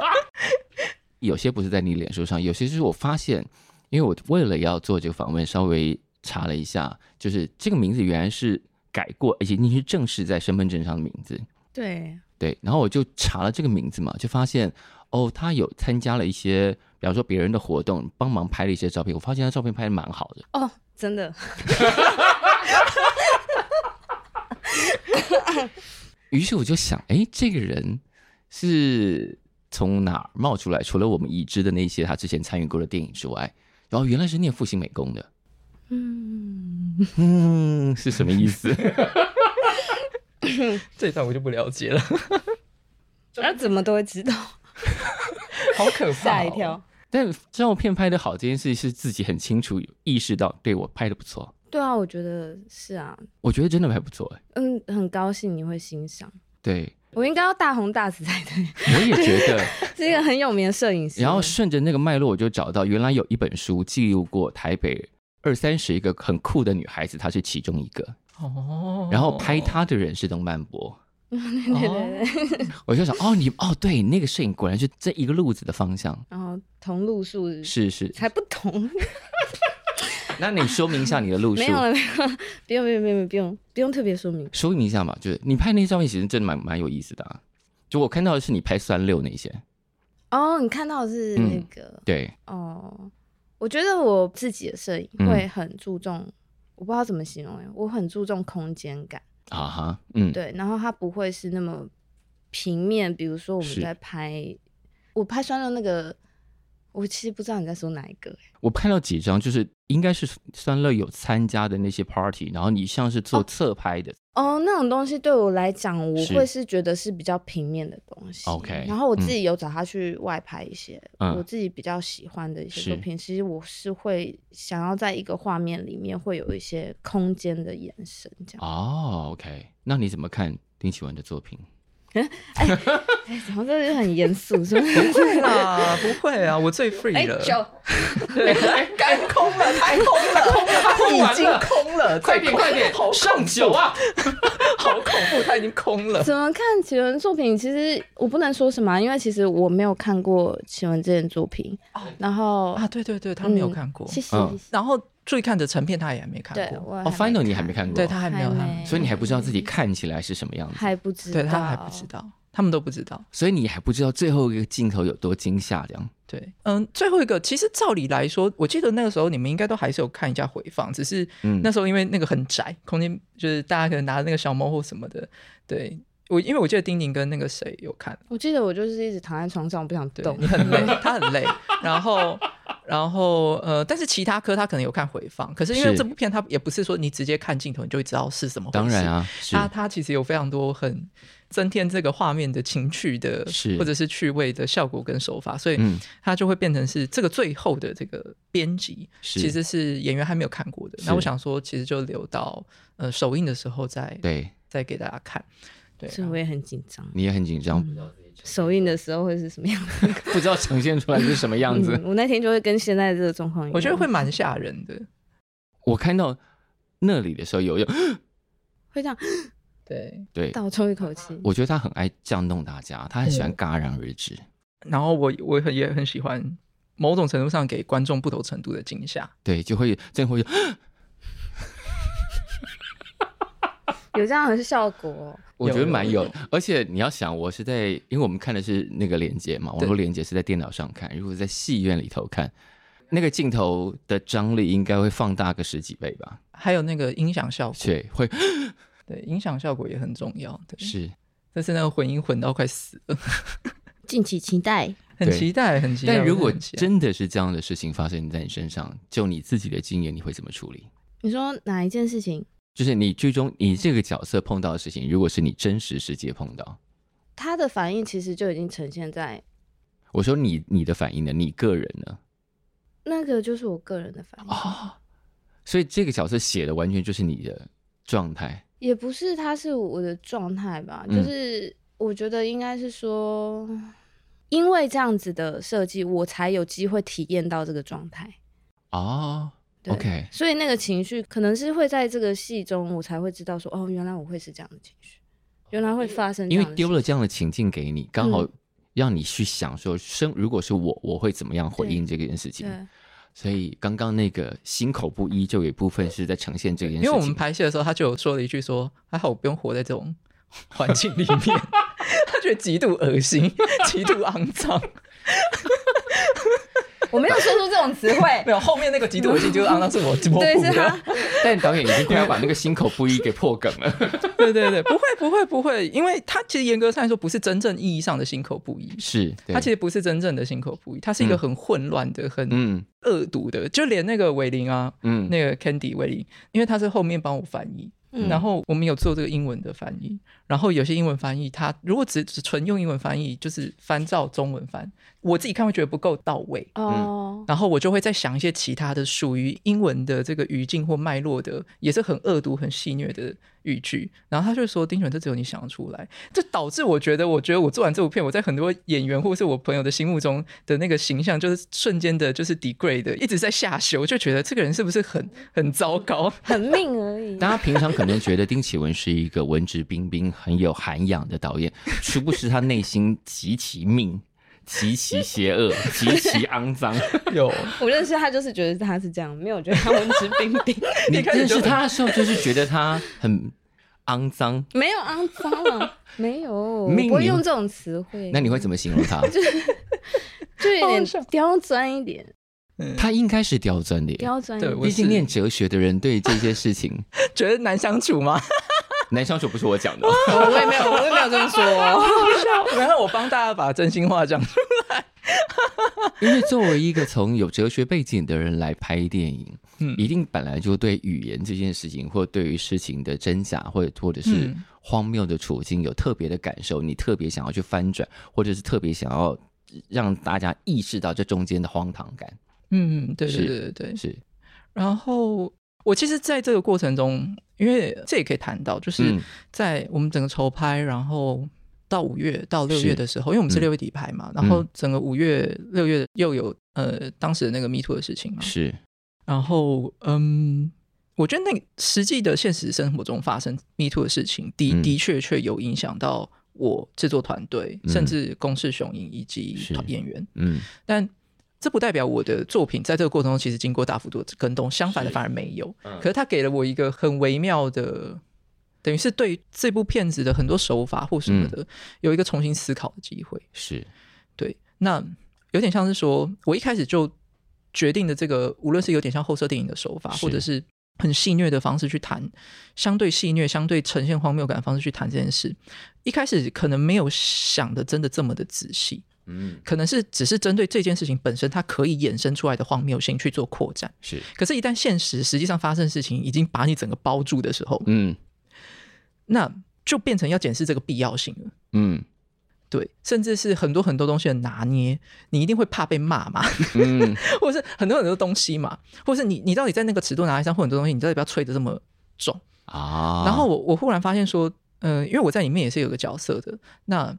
A: 有些不是在你脸书上，有些就是我发现，因为我为了要做这个访问，稍微查了一下，就是这个名字原来是改过，而且你是正式在身份证上的名字。
C: 对，
A: 对，然后我就查了这个名字嘛，就发现哦，他有参加了一些，比方说别人的活动，帮忙拍了一些照片。我发现他照片拍的蛮好的，
C: 哦，真的，
A: 于是我就想，哎，这个人是从哪儿冒出来？除了我们已知的那些他之前参与过的电影之外，然后原来是念复兴美工的，
C: 嗯，
A: 嗯，是什么意思？
B: 这一段我就不了解了，
C: 那怎么都会知道，
B: 好可怕、哦
C: 吓一跳。。
A: 但照片拍的好这件事是自己很清楚有意识到，对我拍的不错，
C: 对啊，我觉得是啊，
A: 我觉得真的拍不错、哎，
C: 嗯，很高兴你会欣赏。
A: 对
C: 我应该要大红大紫才对，
A: 我也觉得。
C: 是一个很有名的摄影师。
A: 然后顺着那个脉络，我就找到原来有一本书记录过台北二三十一个很酷的女孩子，她是其中一个。
B: 哦，
A: 然后拍她的人是邓曼博，
C: 对对对，
A: 我就想，哦，你哦，对，那个摄影果然是这一个路子的方向。
C: 然后同路数
A: 是 是，
C: 才不同，
A: 那你说明一下你的路数
C: 没，有了，没有了，不用，不用，不用，不用，不用特别说明。
A: 说明一下嘛，就是你拍那些照片其实真的蛮蛮有意思的、啊。就我看到的是你拍三六那些，
C: 哦，你看到的是那
A: 嗯
C: 个、
A: 对，
C: 哦，我觉得我自己的摄影
A: 嗯
C: 会很注重，我不知道怎么形容欸，我很注重空间感，
A: 啊哈，嗯，
C: 对，然后它不会是那么平面，比如说我
A: 是
C: 们在拍，我拍酸了那个。我其实不知道你在说哪一个欸、
A: 我看到几张，就是应该是酸乐有参加的那些 party，然后你像是做侧拍的，
C: 哦那种东西对我来讲，我
A: 是
C: 会是觉得是比较平面的东西。
A: OK，
C: 然后我
A: 嗯
C: 自己有找他去外拍一些、
A: 嗯
C: 我自己比较喜欢的一些
A: 是
C: 作品，其实我是会想要在一个画面里面会有一些空间的延伸，这
A: 哦
C: 样。
A: 哦，OK，那你怎么看丁启文的作品？
C: 哎，怎么这就很严肃？是不是？
B: 会啦，不会啊，我最
C: 哎
B: free 了。
D: 九，
B: 对， 该空了，太空了，
A: 空
B: 空了，
A: 完了
B: 已经空了，
A: 快
B: 再
A: 点
B: 空
A: 快点
B: 好，
A: 上
B: 恐
A: 酒
B: 怖，
A: 啊！
B: 好恐怖，它已经空了。
C: 怎么看启文作品？其实我不能说什么啊，因为其实我没有看过启文这件作品。然后
B: 啊，对对对，他没有
C: 嗯
B: 看过，
C: 谢谢。
A: 嗯
B: 然后注意看着成片，他也还没看
C: 对，
B: 过，
C: 我
A: 哦，Final 你还没
C: 看，
A: 看过，
B: 对他还没有，
C: 还
B: 他
C: 没
A: 所以你还不知道自己看起来是什么样子，
C: 还不知道，
B: 对他还不知道，他们都不知道。
A: 所以你还不知道最后一个镜头有多惊吓，这样。
B: 对，嗯，最后一个，其实照理来说，我记得那个时候你们应该都还是有看一下回放，只是
A: 嗯
B: 那时候因为那个很窄，空间就是大家可能拿着那个小猫或什么的，对我，因为我记得丁宁跟那个谁有看，
C: 我记得我就是一直躺在床上，我不想
B: 对
C: 动
B: 你。很 累，他很累，然后。然后，呃，但是其他科他可能有看回放，可是因为
A: 是
B: 这部片它也不是说你直接看镜头你就会知道是什么回事，
A: 当然啊，是
B: 它它其实有非常多很增添这个画面的情趣的，
A: 是
B: 或者是趣味的效果跟手法，所以
A: 嗯
B: 它就会变成是这个最后的这个编辑，
A: 是
B: 其实是演员还没有看过的。
A: 是
B: 那我想说，其实就留到呃首映的时候再
A: 对
B: 再给大家看。对啊，
C: 所以我也很紧张，
A: 你也很紧张，
C: 首映的时候会是什么样子？
A: 不知道呈现出来是什么样子。
C: 嗯我那天就会跟现在这个状况一样，
B: 我觉得会蛮吓人的。
A: 我看到那里的时候有有，
C: 会这样
B: 对，
A: 对，
C: 倒抽一口气。
A: 我觉得他很爱这样弄大家，他很喜欢戛然而止。
B: 然后我我很也很喜欢。某种程度上给观众不同程度的惊吓，
A: 对，就会真的会有
C: 有这样的效果，
A: 我觉得蛮
B: 有
A: 有，而且你要想，我是在，因为我们看的是那个连接嘛，网络连接是在电脑上看，如果在戏院里头看，那个镜头的张力应该会放大个十几倍吧？
B: 还有那个音响效果，
A: 对，会
B: 对，音响效果也很重要。对，
A: 是，
B: 但是那个混音混到快死呃了，
C: 敬请期待。
B: 很
A: 对
B: 期待，很期待。
A: 但如果
B: 我很期待
A: 真的是这样的事情发生在你身上，就你自己的经验，你会怎么处理？
C: 你说哪一件事情？
A: 就是你最终你这个角色碰到的事情，如果是你真实世界碰到，
C: 他的反应其实就已经呈现在
A: 我说你你的反应呢？你个人呢？
C: 那个，就是我个人的反
B: 哦
C: 应，
A: 所以这个角色写的完全就是你的状态，
C: 也不是他是我的状态吧，
A: 嗯
C: 就是我觉得应该是说，因为这样子的设计，我才有机会体验到这个状态。
A: 哦
C: 对
A: ，OK，
C: 所以那个情绪可能是会在这个戏中，我才会知道说，哦，原来我会是这样的情绪，原来会发生这
A: 因
C: 样
A: 为
C: 的事情。
A: 丢了这样的情境给你，刚好
C: 嗯样
A: 让你去想说，生如果是我，我会怎么样回应这件事情？
C: 对，
A: 所以刚刚那个心口不一，就有一部分是在呈现这件事
B: 因
A: 情。
B: 为我们拍戏的时候，他就有说了一句说：“还好我不用活在这种环境里面。” 他觉得极度恶心， 极度肮脏。
D: 我没有说出这种词汇。
B: 没有后面那个极度恶心、极度肮脏是我我
C: 对
B: 补
C: 是
B: 的
C: 他。
A: 但导演已经快要把那个心口不一给破梗了。
B: 对对对，不会不会不会，因为他其实严格上来说不是真正意义上的心口不一，
A: 是，对
B: 他其实不是真正的心口不一，他是一个
A: 嗯
B: 很混乱的、很
A: 嗯
B: 恶毒的，就连那个伟林啊，
A: 嗯，
B: 那个 Candy 伟林，因为他是后面帮我翻译，
C: 嗯
B: 然后我们有做这个英文的翻译，然后有些英文翻译，它如果只只纯用英文翻译，就是翻照中文翻，我自己看会觉得不够到位，
C: 哦，
B: 然后嗯我就会再想一些其他的属于英文的这个语境或脉络的，也是很恶毒、很戏谑的语句。然后他就说：“丁权，这只有你想得出来。”这导致我觉得，我觉得我做完这部片，我在很多演员或是我朋友的心目中的那个形象，就是瞬间的，就是 degrade 的，一直在下修，就觉得这个人是不是很很糟糕？
C: 很命 而已。
A: 大家平常可能觉得丁启文是一个文质彬彬、很有涵养的导演，殊不知他内心极其命、极其邪恶、极其肮脏。
B: 有。
C: 我认识他就是觉得他是这样，没有觉得 他文质彬 彬，
A: 你
B: 一开始
A: 认
B: 就
A: 识他的时候，就是觉得他很肮脏。
C: 没有肮脏啊，没有，我
A: 命
C: 不会
A: 名
C: 用这种词汇。
A: 那你会怎么形容 他？
C: 就有
B: 好笑
C: 点刁钻一点，
A: 他应该是刁钻的耶，
C: 刁钻一
B: 对
C: 点。
B: 我
A: 毕
B: 是
A: 竟念哲学的人对这些事 情
B: 觉得难相处吗？
A: 难相处，不是我讲的哦。
C: 我也没有，我也没有这么说哦。
B: 然后我帮大家把真心话讲出
A: 因为作为一个从有哲学背景的人来拍电影，
B: 嗯
A: 一定本来就对语言这件事情，或对于事情的真假，或者或者是
B: 嗯
A: 荒谬的处境有特别的感受，你特别想要去翻转，或者是特别想要让大家意识到这中间的荒唐感。
B: 嗯，对对
A: 是
B: 对对对。
A: 是，
B: 然后我其实在这个过程中，因为这也可以谈到，就是
A: 嗯
B: 在我们整个筹拍，然后到五月到六月
A: 是
B: 的时候，因为我们是
A: 嗯
B: 六月底拍嘛，然后整个五月、六月又有呃当时的那个 Me Too 的事情嘛，
A: 是
B: 然后嗯，我觉得那个实际的现实生活中发生 Me Too 的事情，的、
A: 嗯
B: 的确确有影响到我制作团队，
A: 嗯
B: 甚至公式雄鹰以及
A: 是
B: 演员，
A: 嗯
B: 但这不代表我的作品在这个过程中其实经过大幅度的跟动，相反的反而没有。
A: 嗯
B: 可是它给了我一个很微妙的。等于是对这部片子的很多手法或什么
A: 嗯
B: 的，有一个重新思考的机会。
A: 是
B: 对，那有点像是说，我一开始就决定的这个，无论是有点像后设电影的手法，
A: 是
B: 或者是很戏谑的方式去谈，相对戏谑、相对呈现荒谬感的方式去谈这件事，一开始可能没有想的真的这么的仔细，
A: 嗯
B: 可能是只是针对这件事情本身它可以衍生出来的荒谬性去做扩展。
A: 是
B: 可是，一旦现实实际上发生的事情已经把你整个包住的时候，
A: 嗯
B: 那就变成要检视这个必要性了。
A: 嗯
B: 对，甚至是很多很多东西的拿捏，你一定会怕被骂嘛，
A: 嗯
B: 或者是很多很多东西嘛，或者是你你到底在那个尺度拿捏上，或很多东西，你到底不要吹的这么重。
A: 啊，
B: 然后我我忽然发现说，呃，因为我在里面也是有个角色的，那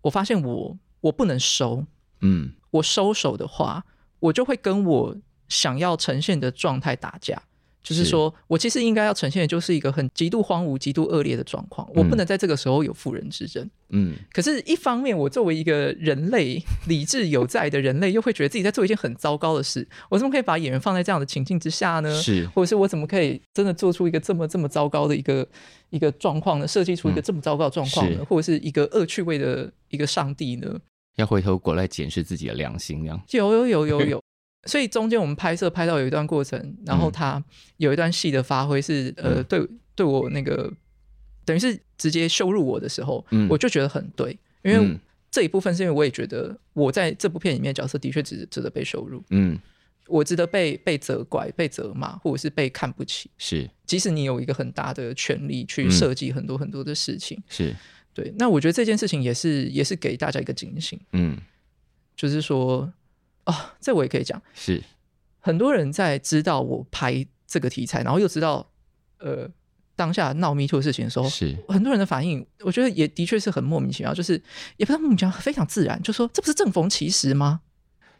B: 我发现我我不能收，
A: 嗯
B: 我收手的话，我就会跟我想要呈现的状态打架。就是
A: 是
B: 说我其实应该要呈现的就是一个很极度荒芜、极度恶劣的状况，我
A: 嗯
B: 不能在这个时候有妇人之争。
A: 嗯
B: 可是，一方面，我作为一个人类理智有在的人类，又会觉得自己在做一件很糟糕的事。我怎么可以把演员放在这样的情境之下呢？
A: 是
B: 或者是我怎么可以真的做出一个这么这么糟糕的一个一个状况呢？设计出一个
A: 嗯
B: 这么糟糕的状况呢？
A: 是
B: 或者是一个恶趣味的一个上帝呢？
A: 要回头过来检视自己的良心，这样
B: 有有有有 有。所以中间我们拍摄拍到有一段过程，然后
A: 嗯
B: 他有一段戏的发挥是、呃，
A: 嗯
B: 对对我那个等于是直接羞辱我的时候，
A: 嗯
B: 我就觉得很对，因为
A: 嗯
B: 这一部分是因为我也觉得我在这部片里面的角色的确值值得被羞辱，
A: 嗯
B: 我值得被被责怪、被责骂，或者是被看不起。
A: 是
B: 即使你有一个很大的权利去
A: 嗯
B: 设计很多很多的事情，
A: 是
B: 对，那我觉得这件事情也是也是给大家一个警醒，
A: 嗯
B: 就是说啊、这我也可以讲，
A: 是
B: 很多人在知道我拍这个题材，然后又知道呃当下闹 Me Too 的事情的时候，
A: 是
B: 很多人的反应，我觉得也的确是很莫名其妙，就是也不知道莫名其妙，非常自然，就说这不是正逢其时吗？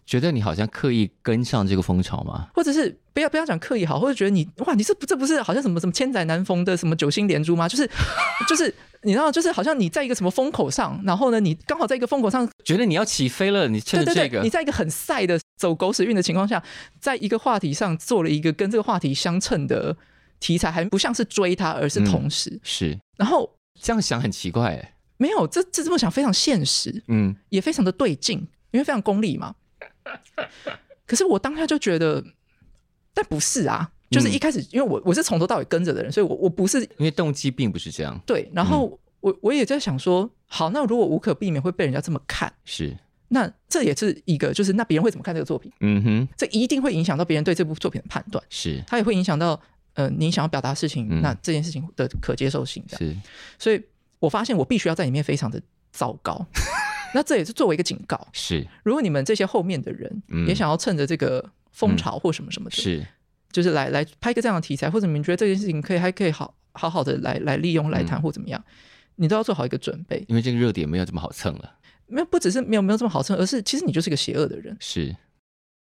A: 觉得你好像刻意跟上这个风潮吗？
B: 或者是不要不要讲刻意好，或者觉得你哇，你这不这不是好像什么什么千载难逢的什么九星连珠吗？就是 就是你知道，就是好像你在一个什么风口上，然后呢，你刚好在一个风 口上，
A: 觉得你要起飞了，你趁着
B: 对对
A: 这
B: 对，
A: 个
B: 你在一个很晒的走狗屎运的情况下，在一个话题上做了一个跟这个话题相称的题材，还不像是追它，而是同时，
A: 是
B: 然后
A: 这样想很奇怪、欸，
B: 没有这这这么想非常现实，
A: 嗯
B: 也非常的对劲，因为非常功 利嘛。可是我当下就觉得，但不是啊，
A: 嗯
B: 就是一开始、因为我我是从头到尾跟着的人，所以我我不是
A: 因为动机并不是这样，
B: 对。然后
A: 嗯
B: 我、我也在想说，好，那如果无可避免会被人家这么看，
A: 是
B: 那这也是一个就是那别人会怎么看这个作品，
A: 嗯哼
B: 这一定会影响到别人对这部作品的判断，
A: 是
B: 它也会影响到呃你想要表达的事情，
A: 嗯
B: 那这件事情的可接受性这样。
A: 是
B: 所以我发现我必须要在里面非常的糟 糕，那这也是作为一个警告。
A: 是
B: 如果你们这些后面的人
A: 嗯
B: 也想要趁着这个风潮或什么什么的，
A: 是
B: 就是来来拍个这样的题材，或者你们觉得这件事情可以还可以好好好的来来利用来谈或怎么样，你都要做好一个准备。
A: 因为这个热点没有这么好蹭了，
B: 没有不只是没有没有这么好趁，而是其实你就是个邪恶的人。
A: 是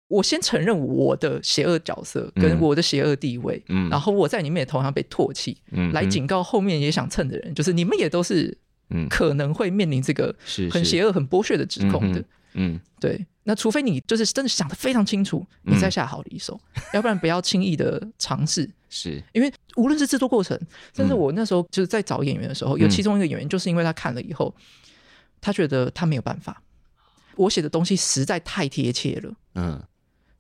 B: 我先承认我的邪恶角色跟
A: 嗯
B: 我的邪恶地位，
A: 嗯
B: 然后我在里面也同样被唾弃，
A: 嗯哼
B: 来警告后面也想蹭的人，就是你们也都是
A: 嗯
B: 可能会面临这个
A: 是
B: 很
A: 是
B: 邪恶、很剥削的指控的。
A: 嗯哼嗯
B: 对，那除非你就是真的想的非常清楚，你
A: 嗯
B: 再下好离手， 要不然不要轻易的尝试。
A: 是
B: 因为无论是制作过程，甚至
A: 嗯
B: 我那时候就是在找演员的时候，有
A: 嗯
B: 其中一个演员就是因为他看了以后，他觉得他没有办法，我写的东西实在太贴切了，
A: 嗯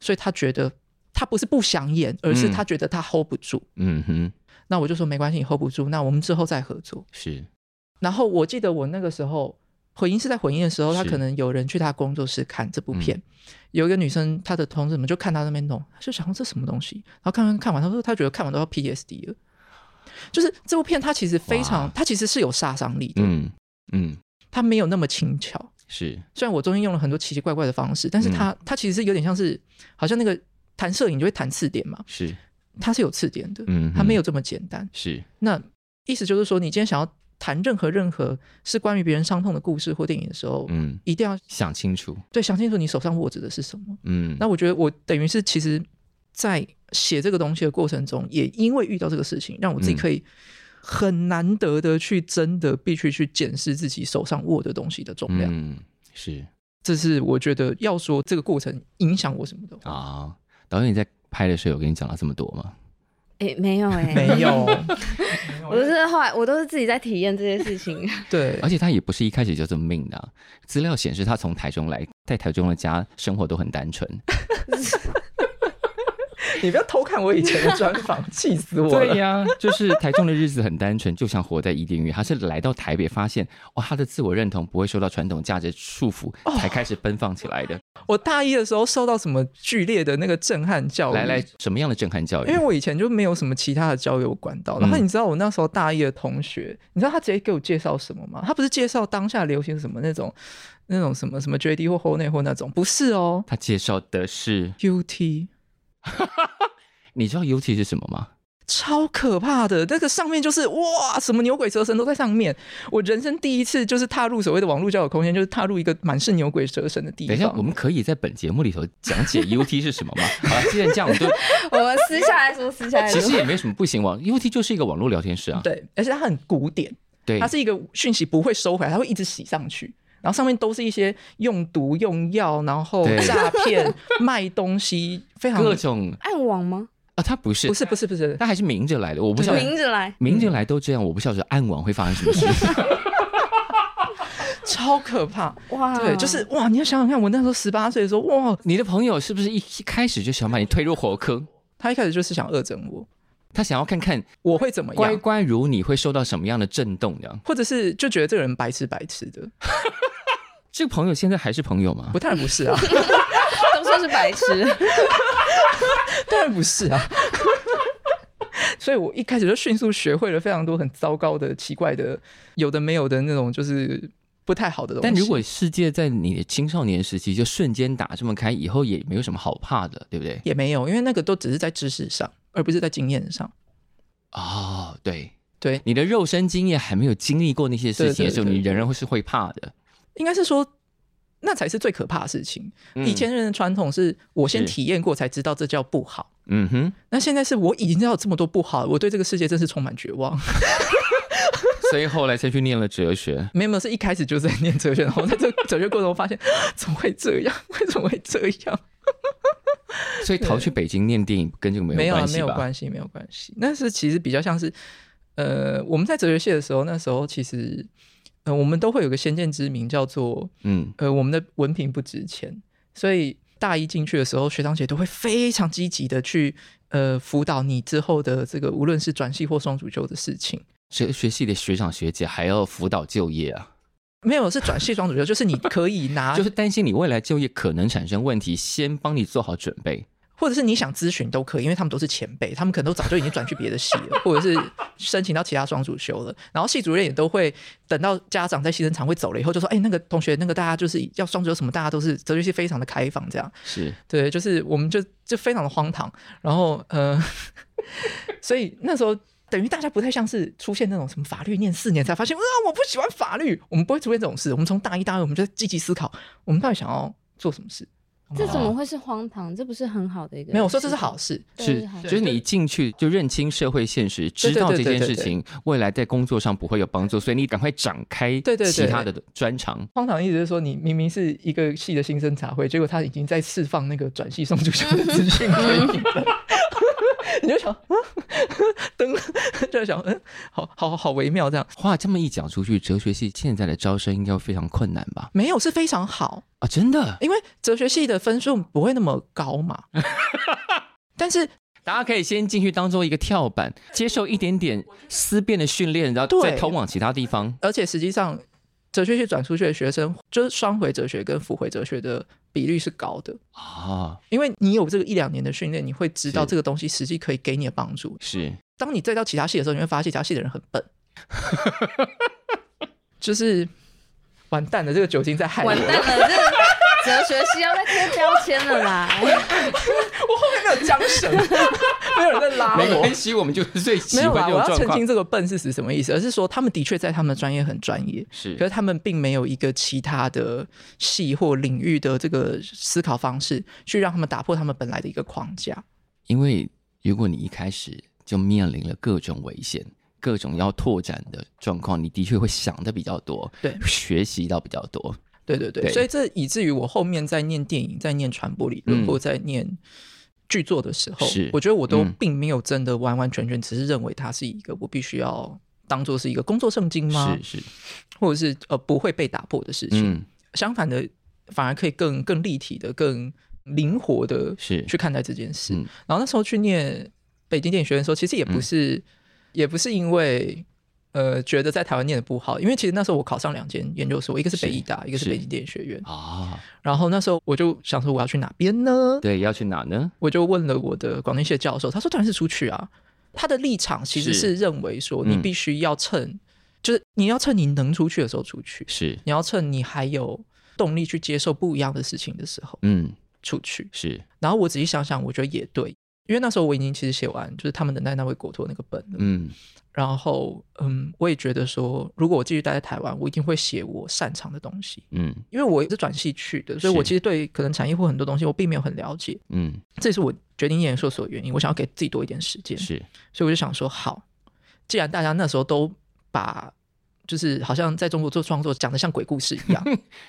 B: 所以他觉得他不是不想演，而是
A: 嗯
B: 他觉得他 hold 不住。
A: 嗯哼
B: 那我就说没关系，你 hold 不住，那我们之后再合作。
A: 是
B: 然后我记得我那个时候回音是在回音的时候，他
A: 是嗯
B: 可能有人去他工作室看这部片，有一个女生，她的同事们就看她那边弄，她就想说这什么东西，然后看完看完，她说她觉得看完都要 PTSD 了。就是这部片，它其实非常
A: 哇，
B: 它其实是有杀伤力的，
A: 嗯嗯
B: 它没有那么轻巧。
A: 是
B: 虽然我中间用了很多奇奇怪怪的方式，但
A: 嗯
B: 是它、它其实是有点像是，好像那个弹摄影就会弹刺点嘛，
A: 是
B: 它是有刺点的，
A: 嗯哼
B: 它没有这么简单。
A: 是
B: 那意思就是说，你今天想要谈任何任何是关于别人伤痛的故事或电影的时候，
A: 嗯，
B: 一定要
A: 想清楚，
B: 对想清楚你手上握着的是什么。
A: 嗯，
B: 那我觉得我等于是其实，在写这个东西的过程中，也因为遇到这个事情，让我自己
A: 嗯
B: 可以很难得的去真的必须去检视自己手上握的东西的重量。
A: 嗯是
B: 这是我觉得要说这个过程影响我什么的话，
A: 啊。导演你在拍的时候有跟你讲到这么多吗？
C: 哎、没有哎、
B: 没有
C: 我都是后来我都是自己在体验这些事情。
B: 对
A: 而且他也不是一开始就这么命的啊、资料显示他从台中来，在台中的家生活都很单 纯。
B: 你不要偷看我以前的专访，气死我了！
A: 对呀、 就是台中的日子很单纯，就像活在伊甸园。他是来到台北，发现哇，他的自我认同不会受到传统价值束缚，
B: 哦
A: 才开始奔放起来的。
B: 我大一的时候受到什么剧烈的那个震撼教育，
A: 来来，什么样的震撼教育？
B: 哦因为我以前就没有什么其他的交友管道。
A: 嗯
B: 然后你知道我那时候大一的同学，你知道他直接给我介绍什么吗？他不是介绍当下流行什么那种那种什么什么 JD 或 h o n e 或那种，不是哦
A: 他介绍的是，
B: ，UT
A: 你知道 UT 是什么吗？
B: 超可怕的，那个上面就是哇，什么牛鬼蛇神都在上面。我人生第一次就是踏入所谓的网络交友空间，就是踏入一个满是牛鬼蛇神的地
A: 等一下，我
B: 方。
A: 们可以在本节目里头讲 解 UT 是什么吗？好了，既然这样，我们就
D: 我们私下来说，私下来
A: 其实
D: 说，
A: 也没什么不行网 UT 就是一个网络聊天室啊。
B: 对，而且它很古典，
A: 对，
B: 嗯它是一个讯息不会收回来，它会一直洗上去。然后上面都是一些用毒、用药，然后
A: 对
B: 诈骗、卖东西，非常
A: 各种
C: 暗网吗？
A: 啊，他不是，
B: 不是不是不是，
A: 他还是明着来的。我不晓得
C: 明着来，
A: 明着来都这样，我不晓得暗网会发生什么 事。
B: 超可怕。
C: 哇，
B: 对，就是哇，你要想想看，我那时候十八岁的时候，哇，
A: 你的朋友是不是一一开始就想把你推入火坑？
B: 他一开始就是想恶整我，
A: 他想要看看
B: 我会怎么
A: 乖
B: 样？
A: 乖如你会受到什么样的震动？这样，
B: 或者是就觉得这个人白痴白痴的，
A: 这个朋友现在还是朋友吗
B: 不？当然不 是啊，
C: 都说是白痴。
B: 当然不是啊。所以我一开始就迅速学会了非常多很糟糕的、奇怪的、有的没有的那种，就是不太好的东西。
A: 但如果世界在你的青少年时期就瞬间打这么开，以后也没有什么好怕的，对不对？
B: 也没有，因为那个都只是在知识上，而不是在经验上。
A: 哦，对
B: 对，
A: 你的肉身经验还没有经历过那些事情的时候，
B: 对对对
A: 你仍然会是会怕的。
B: 应该是说，那才是最可怕的事情。
A: 嗯
B: 以前人的传统是我先
A: 是
B: 体验过才知道这叫不好，
A: 嗯哼，
B: 那现在是我已经知道有这么多不好，我对这个世界真是充满绝望。
A: 所以后来才去念了哲 学。
B: 没有没有，是一开始就在念哲学，然后在这个哲学过程中发现， 怎么会这样？ 为什么会这样？
A: 所以逃去北京念电影跟这个没
B: 没有啊
A: 关，
B: 没
A: 系
B: 有
A: 吧？
B: 关系，没有关系。那是其实比较像是，呃，我们在哲学系的时候，那时候其实，呃，我们都会有个先见之明，叫做
A: 嗯，
B: 呃，我们的文凭不值钱，所以大一进去的时候，学长姐都会非常积极的去呃辅导你之后的这个无论是转系或双主修的事情。
A: 哲学系的学长学姐还要辅导就业啊，
B: 没有是转系双主修，就是你可以 拿，
A: 就是担心你未来就业可能产生问题，先帮你做好准备。
B: 或者是你想咨询都可以，因为他们都是前辈，他们可能都早就已经转去别的系了，或者是申请到其他双主修了。然后系主任也都会等到家长在新生堂会走了以后，就说：“哎、那个同学，那个大家就是要双主修什么，大家都是哲学系非常的开放这样。”
A: 是，
B: 对，就是我们就就非常的荒唐，然后呃， 所以那时候等于大家不太像是出现那种什么法律念四年才发现啊我不喜欢法律，我们不会出现这种事。我们从大一大二我们就在积极思考，我们到底想要做什么事。
C: 这怎么会是荒唐？这不是很好的一个？
B: 哦没有我说这是好，事，
C: 对
A: 是，
C: 好
A: 就
C: 事
A: 是你一进去就认清社会现实，
B: 对
A: 知道这
B: 对对
A: 件
B: 对
A: 事
B: 对
A: 情未来在工作上不会有帮助，所以你赶快展开
B: 对对
A: 其
B: 对
A: 他的专长。
B: 荒唐意思是说你明明是一个系的新生茶会，结果他已经在释放那个转系送出去的资讯给你了。 你就想，嗯 灯， 就想，嗯，好好好微妙这样，
A: 话这么一讲出去，哲学系现在的招生应该会非常困难吧？
B: 没有是非常好，
A: 啊，真的，
B: 因为哲学系的分数不会那么高嘛。但是
A: 大家可以先进去当做一个跳板，接受一点点思辨的训练，然后再
B: 对
A: 通往其他地方。
B: 而且实际上，哲学系转出去的学生，就是双回哲学跟辅回哲学的比率是高的，
A: 啊，
B: 因为你有这个一两年的训练，你会知道
A: 是
B: 这个东西实际可以给你的帮助。
A: 是，
B: 当你再到其他系的时候，你会发现其他系的人很笨，就是完蛋了，这个酒精在害我，
C: 完
B: 我
C: 蛋了，这哲学系要被贴标签了啦！
B: 后面没有缰绳，没有人在拉
A: 没
B: 啊我。
A: 关系，我们就是最喜
B: 没有啦，
A: 欢这种
B: 我要
A: 状
B: 澄
A: 况
B: 清。这个“笨”是指什么意思，而是说他们的确在他们的专业很专业，
A: 是
B: 可是他们并没有一个其他的系或领域的这个思考方式，去让他们打破他们本来的一个框架。
A: 因为如果你一开始就面临了各种危险、各种要拓展的状况，你的确会想的比较多，
B: 对
A: 学习到比较多。
B: 对对对，
A: 对
B: 所以这以至于我后面在念电影、在念传播理论、
A: 嗯
B: 或在念剧作的时候
A: 是，
B: 我觉得我都
A: 嗯
B: 并没有真的完完全全，只是认为它是一个我必须要当做是一个工作圣经吗？
A: 是是，
B: 或者是呃不会被打破的事情？
A: 嗯，
B: 相反的，反而可以更更立体的、更灵活的
A: 是
B: 去看待这件事。
A: 嗯
B: 然后那时候去念北京电影学院的时候，其实也不是、也不是因为呃觉得在台湾念的不好，因为其实那时候我考上两间研究所，一个是北
A: 是
B: 医大，一个是
A: 是
B: 北京电影学院。
A: 啊，
B: 然后那时候我就想说我要去哪边呢？
A: 对，要去哪呢？
B: 我就问了我的广电系的教授，他说当然是出去啊。他的立场其实
A: 嗯是
B: 是认为说你
A: 嗯
B: 必须要趁，就是你要趁你能出去的时候出去，
A: 是，
B: 你要趁你还有动力去接受不一样的事情的时候
A: 嗯，
B: 出去。
A: 是，
B: 然后我仔细想想，我觉得也对，因为那时候我已经其实写完就是他们等待那位国托那个本了。
A: 嗯，
B: 然后，嗯，我也觉得说，如果我继续待在台湾，我一定会写我擅长的东西，
A: 嗯，
B: 因为我也是转系去的，所以
A: 是
B: 我其实对可能产业或很多东西我并没有很了解，
A: 嗯，
B: 这也是我决定念研究所的原因。我想要给自己多一点时间，
A: 是，
B: 所以我就想说，好，既然大家那时候都把就是好像在中国做创作讲的像鬼故事一样，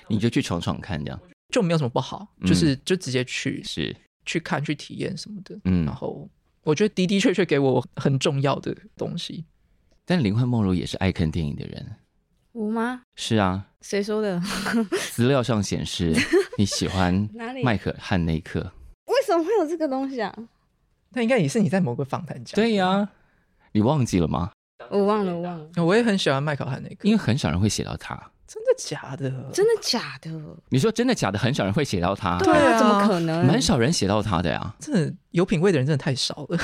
A: 你就去闯闯看，这样
B: 就没有什么不好，
A: 嗯
B: 就是就直接去
A: 是，
B: 去看、去体验什么的。
A: 嗯
B: 然。后我觉得的的确确给我很重要的东西。
A: 但林焕梦如也是爱看电影的人，
C: 我吗？
A: 是啊，
C: 谁说的？
A: 资料上显示 你喜欢
C: 哪里
A: 迈克尔汉内克。
C: 为什么会有这个东西啊？
B: 那应该也是你在某个访谈讲。
A: 对呀、你忘记了吗？
C: 我忘了，我忘了，
B: 我也很喜欢麦考汉那个，
A: 因
B: 因
A: 为
B: 为
A: 很少人会写到他。
B: 真的假的？
C: 真的假的？
A: 你说真的假的？很少人会写到他，
B: 对啊
C: 怎么可能？
A: 蛮少人写到他的呀。
B: 真的有品味的人真的太 少了。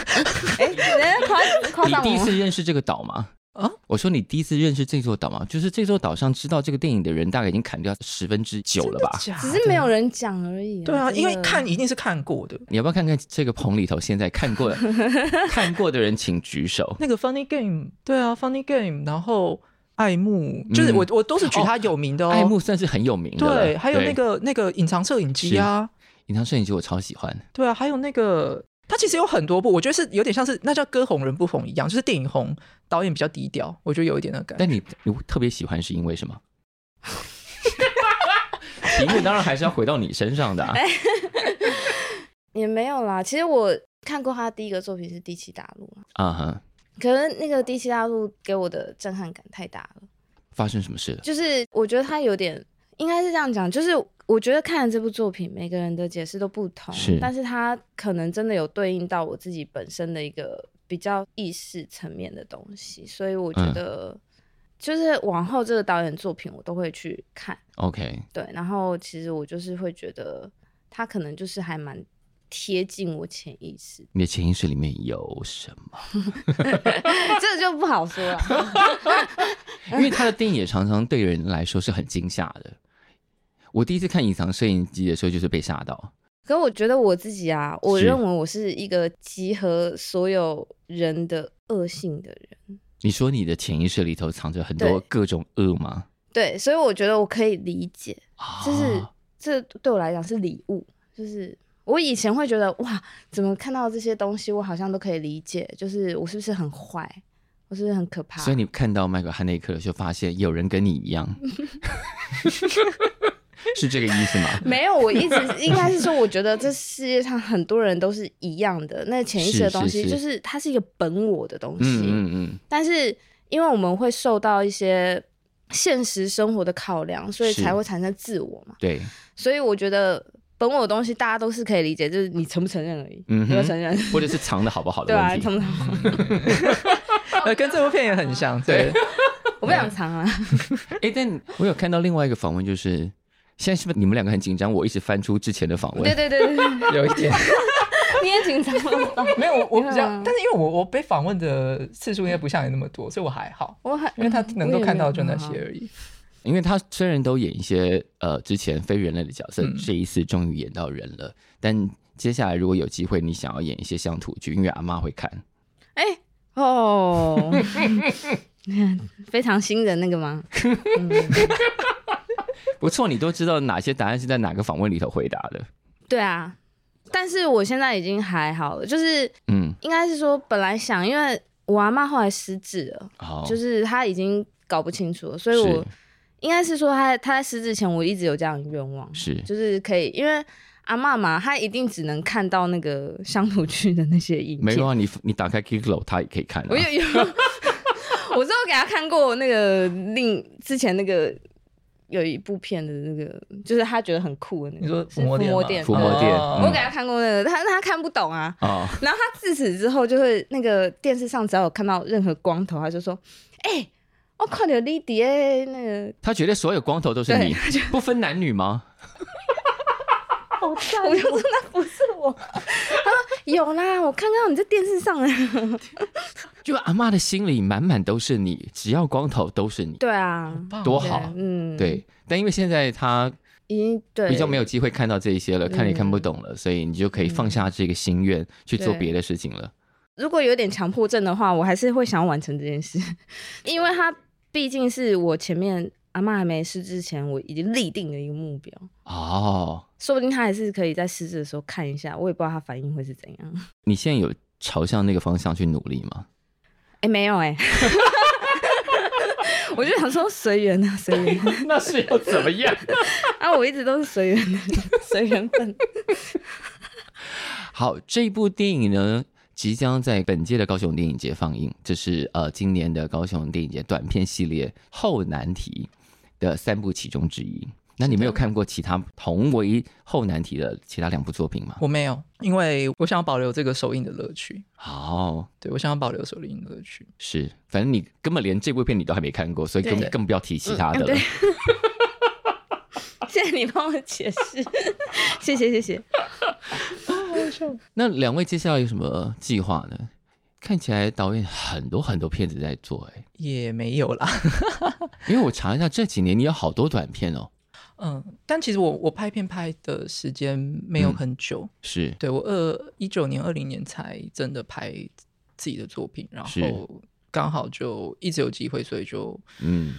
C: 哎，人家 夸夸
A: 你
C: 上
A: 第一
C: 我
A: 次认识这个岛吗？
B: 啊，
A: 我说你第一次认识这座岛吗？就是这座岛上知道这个电影的人，大概已经砍掉十分之九了吧？
B: 真的假的
C: 只是没有。人讲而已、
B: 对啊，
C: 真的
B: 因为看一定是看过的。
A: 你要不要看看这个棚里头现在看 过看过的人，请举手。
B: 那个 Funny Game，对啊，Funny Game，然后爱慕，就是
A: 嗯
B: 我我都是举他有名的哦。
A: 爱慕算是很有名的了，
B: 对，还有那个那个隐藏摄影机啊，
A: 隐藏摄影机，我超喜欢。
B: 对啊，还有那个，它其实有很多部，我觉得是有点像是那叫歌红人不红一样，就是电影红，导演比较低调，我觉得有一点那个感觉。
A: 但你你特别喜欢是因为什么？ 题目当然还是要回到你身上的、啊。
B: 哎
C: 也没有啦。其实我看过他第一个作品是《第七大陆》啊，
A: 啊哈，
C: 可能那个《第七大陆》给我的震撼感太大了，
A: 发生什么事了？
C: 就是我觉得他有点，应该是这样讲，就是。我觉得看了这部作品，每个人的解释都不同，
A: 是
C: 但是他可能真的有对应到我自己本身的一个比较意识层面的东西，所以我觉
A: 嗯
C: 得，就是往后这个导演作品，我都会去看。
A: OK，，
C: 对，然后其实我就是会觉得他可能就是还蛮贴近我潜意识
A: 你的潜意识里面有什 么？
C: 这个就不好说了。
A: 因为他的电影也常常对人来说是很惊吓的。我第一次看《隐藏摄影机》的时候，就是被吓到。
C: 可我觉得我自己啊，我
A: 是
C: 认为我是一个集合所有人的恶性的人，
A: 你说你的潜意识里头藏着很多
C: 对
A: 各种恶吗？
C: 对，所以我觉得我可以理解，
A: 啊
C: 就是、这对我来讲是礼物，就是。我以前会觉得哇，怎么看到这些东西，我好像都可以理解，就是我是不是很坏，我是不是很可怕？
A: 所以你看到迈克尔汉内克的时候，发现有人跟你一 样，是这个意思吗？
C: 没有，我一直应该是说，我觉得这世界上很多人都是一样的，那潜意识的
A: 是
C: 东西
A: 是是
C: 就是它是一个本我的东西，
A: 嗯嗯
C: 但是因为我们会受到一些现实生活的考量，所以
A: 是
C: 才会产生自我嘛
A: 嗯，。对，
C: 所以我觉得本我的东西大家都是可以理解，就是你承不承认而已，
A: 嗯
C: 有没有
A: 哼
C: 承认？
A: 或者是藏的好不好的
C: 对啊，
A: 问
C: 你
A: 题。
C: 承不承认？
B: 呃，跟这部片也很像，对，
C: 我不想藏 啊。
A: 哎、但我有看到另外一个访问，就是现在是不是你们两个很紧张？我一直翻出之前的访问，
C: 对对对对，对
B: 有一 点
C: 你也紧张吗？
B: 没有我我比较
C: 没有啊，
B: 但是因为我我被访问的次数应该不像你那么多，所以我还好，
C: 嗯我很
B: 因为他能够看到就那。
C: 我也没
B: 些
C: 有
B: 而已。
A: 因为他虽然都演一些呃之前非人类的角色，
B: 嗯
A: 这一次终于演到人了，但接下来如果有机会，你想要演一些乡土剧，因为阿妈会看。
C: 哎、哦， 非常新的那个吗？嗯
A: 不错，你都知道哪些答案是在哪个访问里头回答的。
C: 对啊，但是我现在已经还好了，就是
A: 嗯，
C: 应该是说本来想，因为我阿妈后来失智了，
A: 好，
C: 就是她已经搞不清楚了，所以
A: 哦是
C: 我应该是说她她在失智前，我一直有这样的愿望，
A: 是
C: 就是可以，因为阿嬷嘛，她一定只能看到那个乡土剧的那些影
A: 没
C: 片，
A: 有啊，你你打开 Kiklo，他也可以看、啊。
C: 我有有，我之后给他看过那个另之前那个有一部片的那个，就是他觉得很酷的那
B: 你
C: 个
B: 说，
C: 是
B: 伏魔殿吗？
C: 殿，
A: 伏魔殿
B: 哦
A: 嗯
C: 我给他看过那个，他他看不懂啊。
A: 啊、
C: 然后他自此之后，就会那个电视上只要有看到任何光头，他就说：“哎、我看到你伫诶那个，
A: 他觉得所有光头都是
C: 对
A: 你， 不分男女吗？
C: 我就说那不是我。” 他说：“有啦，我看到你在电视上啊。
A: 就阿妈的心里满满都是你，只要光头都是”你，
C: 对啊，
B: 棒
A: 多
B: 耶
A: 好
C: 对嗯，，
A: 对。但因为现在他
C: 已经对
A: 比较没有机会看到这一些了，
C: 嗯
A: 看也看不懂了，所以你就可以放下这个心愿去做
C: 对
A: 别的事情了。
C: 如果有点强迫症的话，我还是会想要完成这件事， 因为它毕竟是我前面阿嬷还没失之前，我已经立定的一个目标。
A: 哦，
C: 说不定他还是可以在失智的时候看一下，我也不知道他反应会是怎样。
A: 你现在有朝向那个方向去努力吗？
C: 哎、没有哎、 我就想说随缘啊，随缘啊
A: 那是要怎么样？
C: 啊，我一直都是随缘的，随缘分。
A: 好，这部电影呢，即将在本届的高雄电影节放映，这是呃今年的高雄电影节短片系列《后难题》的三部其中之一。那你没有看过其他同为后难题的其他两部作品吗？
B: 我没有，因为我想要保留这个首映的乐趣。
A: 好，
B: 对我想要保留首映的乐趣。
A: 是，反正你根本连这部片你都还没看过，所以根
C: 对
A: 更不要提其他的了。
C: 嗯对 谢谢你帮我解 释，谢谢谢谢。
A: 那两位接下来有什么计划呢？看起来导演很多很多片子在做、欸，
B: 也没有啦，
A: 因为我查一下这几年你有好多短片哦，
B: 嗯，但其实我我拍片拍的时间没有
A: 嗯
B: 很久，
A: 是
B: 对我二一九年、二零年才真的拍自己的作品，然
A: 是
B: 后刚好就一直有机会，所以就
A: 嗯，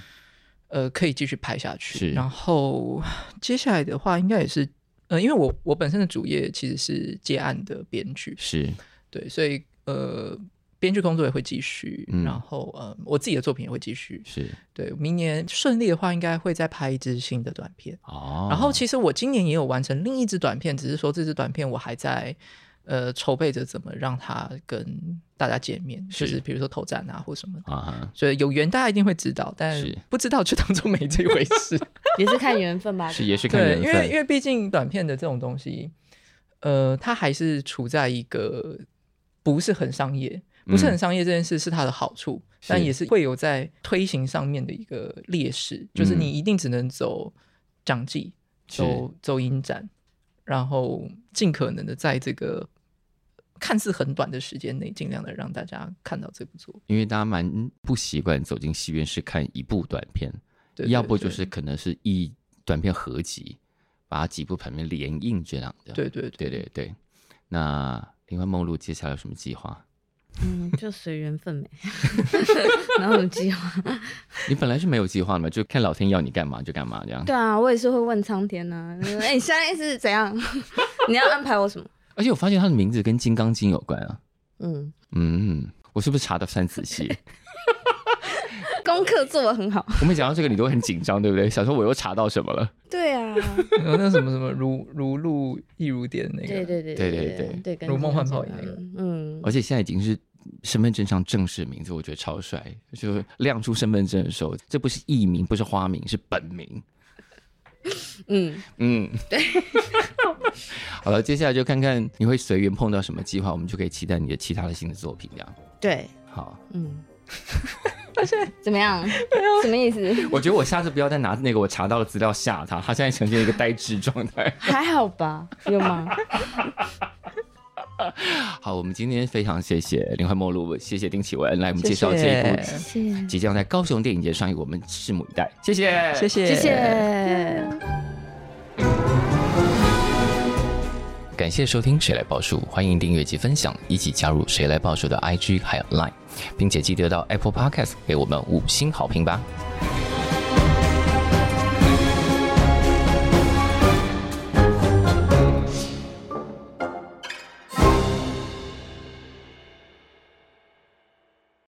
B: 呃可以继续拍下去。
A: 是
B: 然后接下来的话，应该也是呃，因为我我本身的主业其实是接案的编剧，
A: 是
B: 对，所以呃编剧工作也会继续，
A: 嗯
B: 然后呃我自己的作品也会继续。
A: 是
B: 对，明年顺利的话，应该会再拍一支新的短片。
A: 哦。
B: 然后其实我今年也有完成另一支短片，只是说这支短片我还在呃筹备着怎么让它跟大家见面，就是是比如说投展啊或什么的。
A: 啊哈，
B: 所以有缘大家一定会知道，但
A: 是
B: 不知道就当做没这回事。
C: 也是看缘分吧，
A: 是也是看
B: 对，
A: 缘
B: 因为
A: 分，
B: 因为毕竟短片的这种东西，呃，它还是处在一个不是很商业，不是很商业这件事是它的好处，
A: 嗯
B: 但
A: 是
B: 也是会有在推行上面的一个劣势，就是你一定只能走奖季、
A: 嗯是
B: 走走影展，然后尽可能的在这个。看似很短的时间内，尽量的让大家看到这部作品。
A: 因为大家蛮不习惯走进戏院是看一部短片，
B: 对
A: 要
B: 对
A: 不就
B: 对
A: 是可能是一短片合集，把几部短片连映这样的。
B: 对对
A: 对对对。那另外梦露接下来有什么计划？
C: 嗯，就随缘分呗。 然后有计划？
A: 你本来是没有计划的嘛，就看老天要你干嘛就干嘛这样。
C: 对啊，我也是会问苍天呐、啊。哎、你现在是怎 样？你要安排我什么？
A: 而且我发现他的名字跟《金刚经》有关啊。
C: 嗯，
A: 嗯，我是不是查的算仔 细？
C: 功课做的很好。
A: 我们讲到这个，你都很紧张，对不对？想说我又查到什么了？
C: 对啊，
B: 然后那什么什么如如露亦如电那个，
C: 对对对
A: 对对
C: 对
A: 对
C: 对，跟
B: 如梦幻泡
C: 一
B: 影那个
C: 样。嗯，
A: 而且现在已经是身份证上正式名字，我觉得超帅。就亮出身份证的时候，这不是艺名，不是花名，是本名。
C: 嗯，
A: 嗯，对。好了，接下来就看看你会随缘碰到什么计划，我们就可以期待你的其他的新的作品。这样
C: 对，
A: 好，
C: 嗯。 怎么样？什么意思？
A: 我觉得我下次不要再拿那个我查到的资料吓他，他现在呈现一个呆滞状态。
C: 还好吧？有吗？
A: 好，我们今天非常谢谢林幻末路，谢谢丁启文来我们介绍这一部
B: 谢谢
C: 谢
A: 即将在高雄电影节上映，我们拭目以待。谢谢，
B: 谢谢
C: 谢谢。
A: 感谢收听《谁来报数》，欢迎订阅及分享，一起加入《谁来报数》的 IG 还有 Line，并且记得到 Apple Podcast 给我们五星好评吧。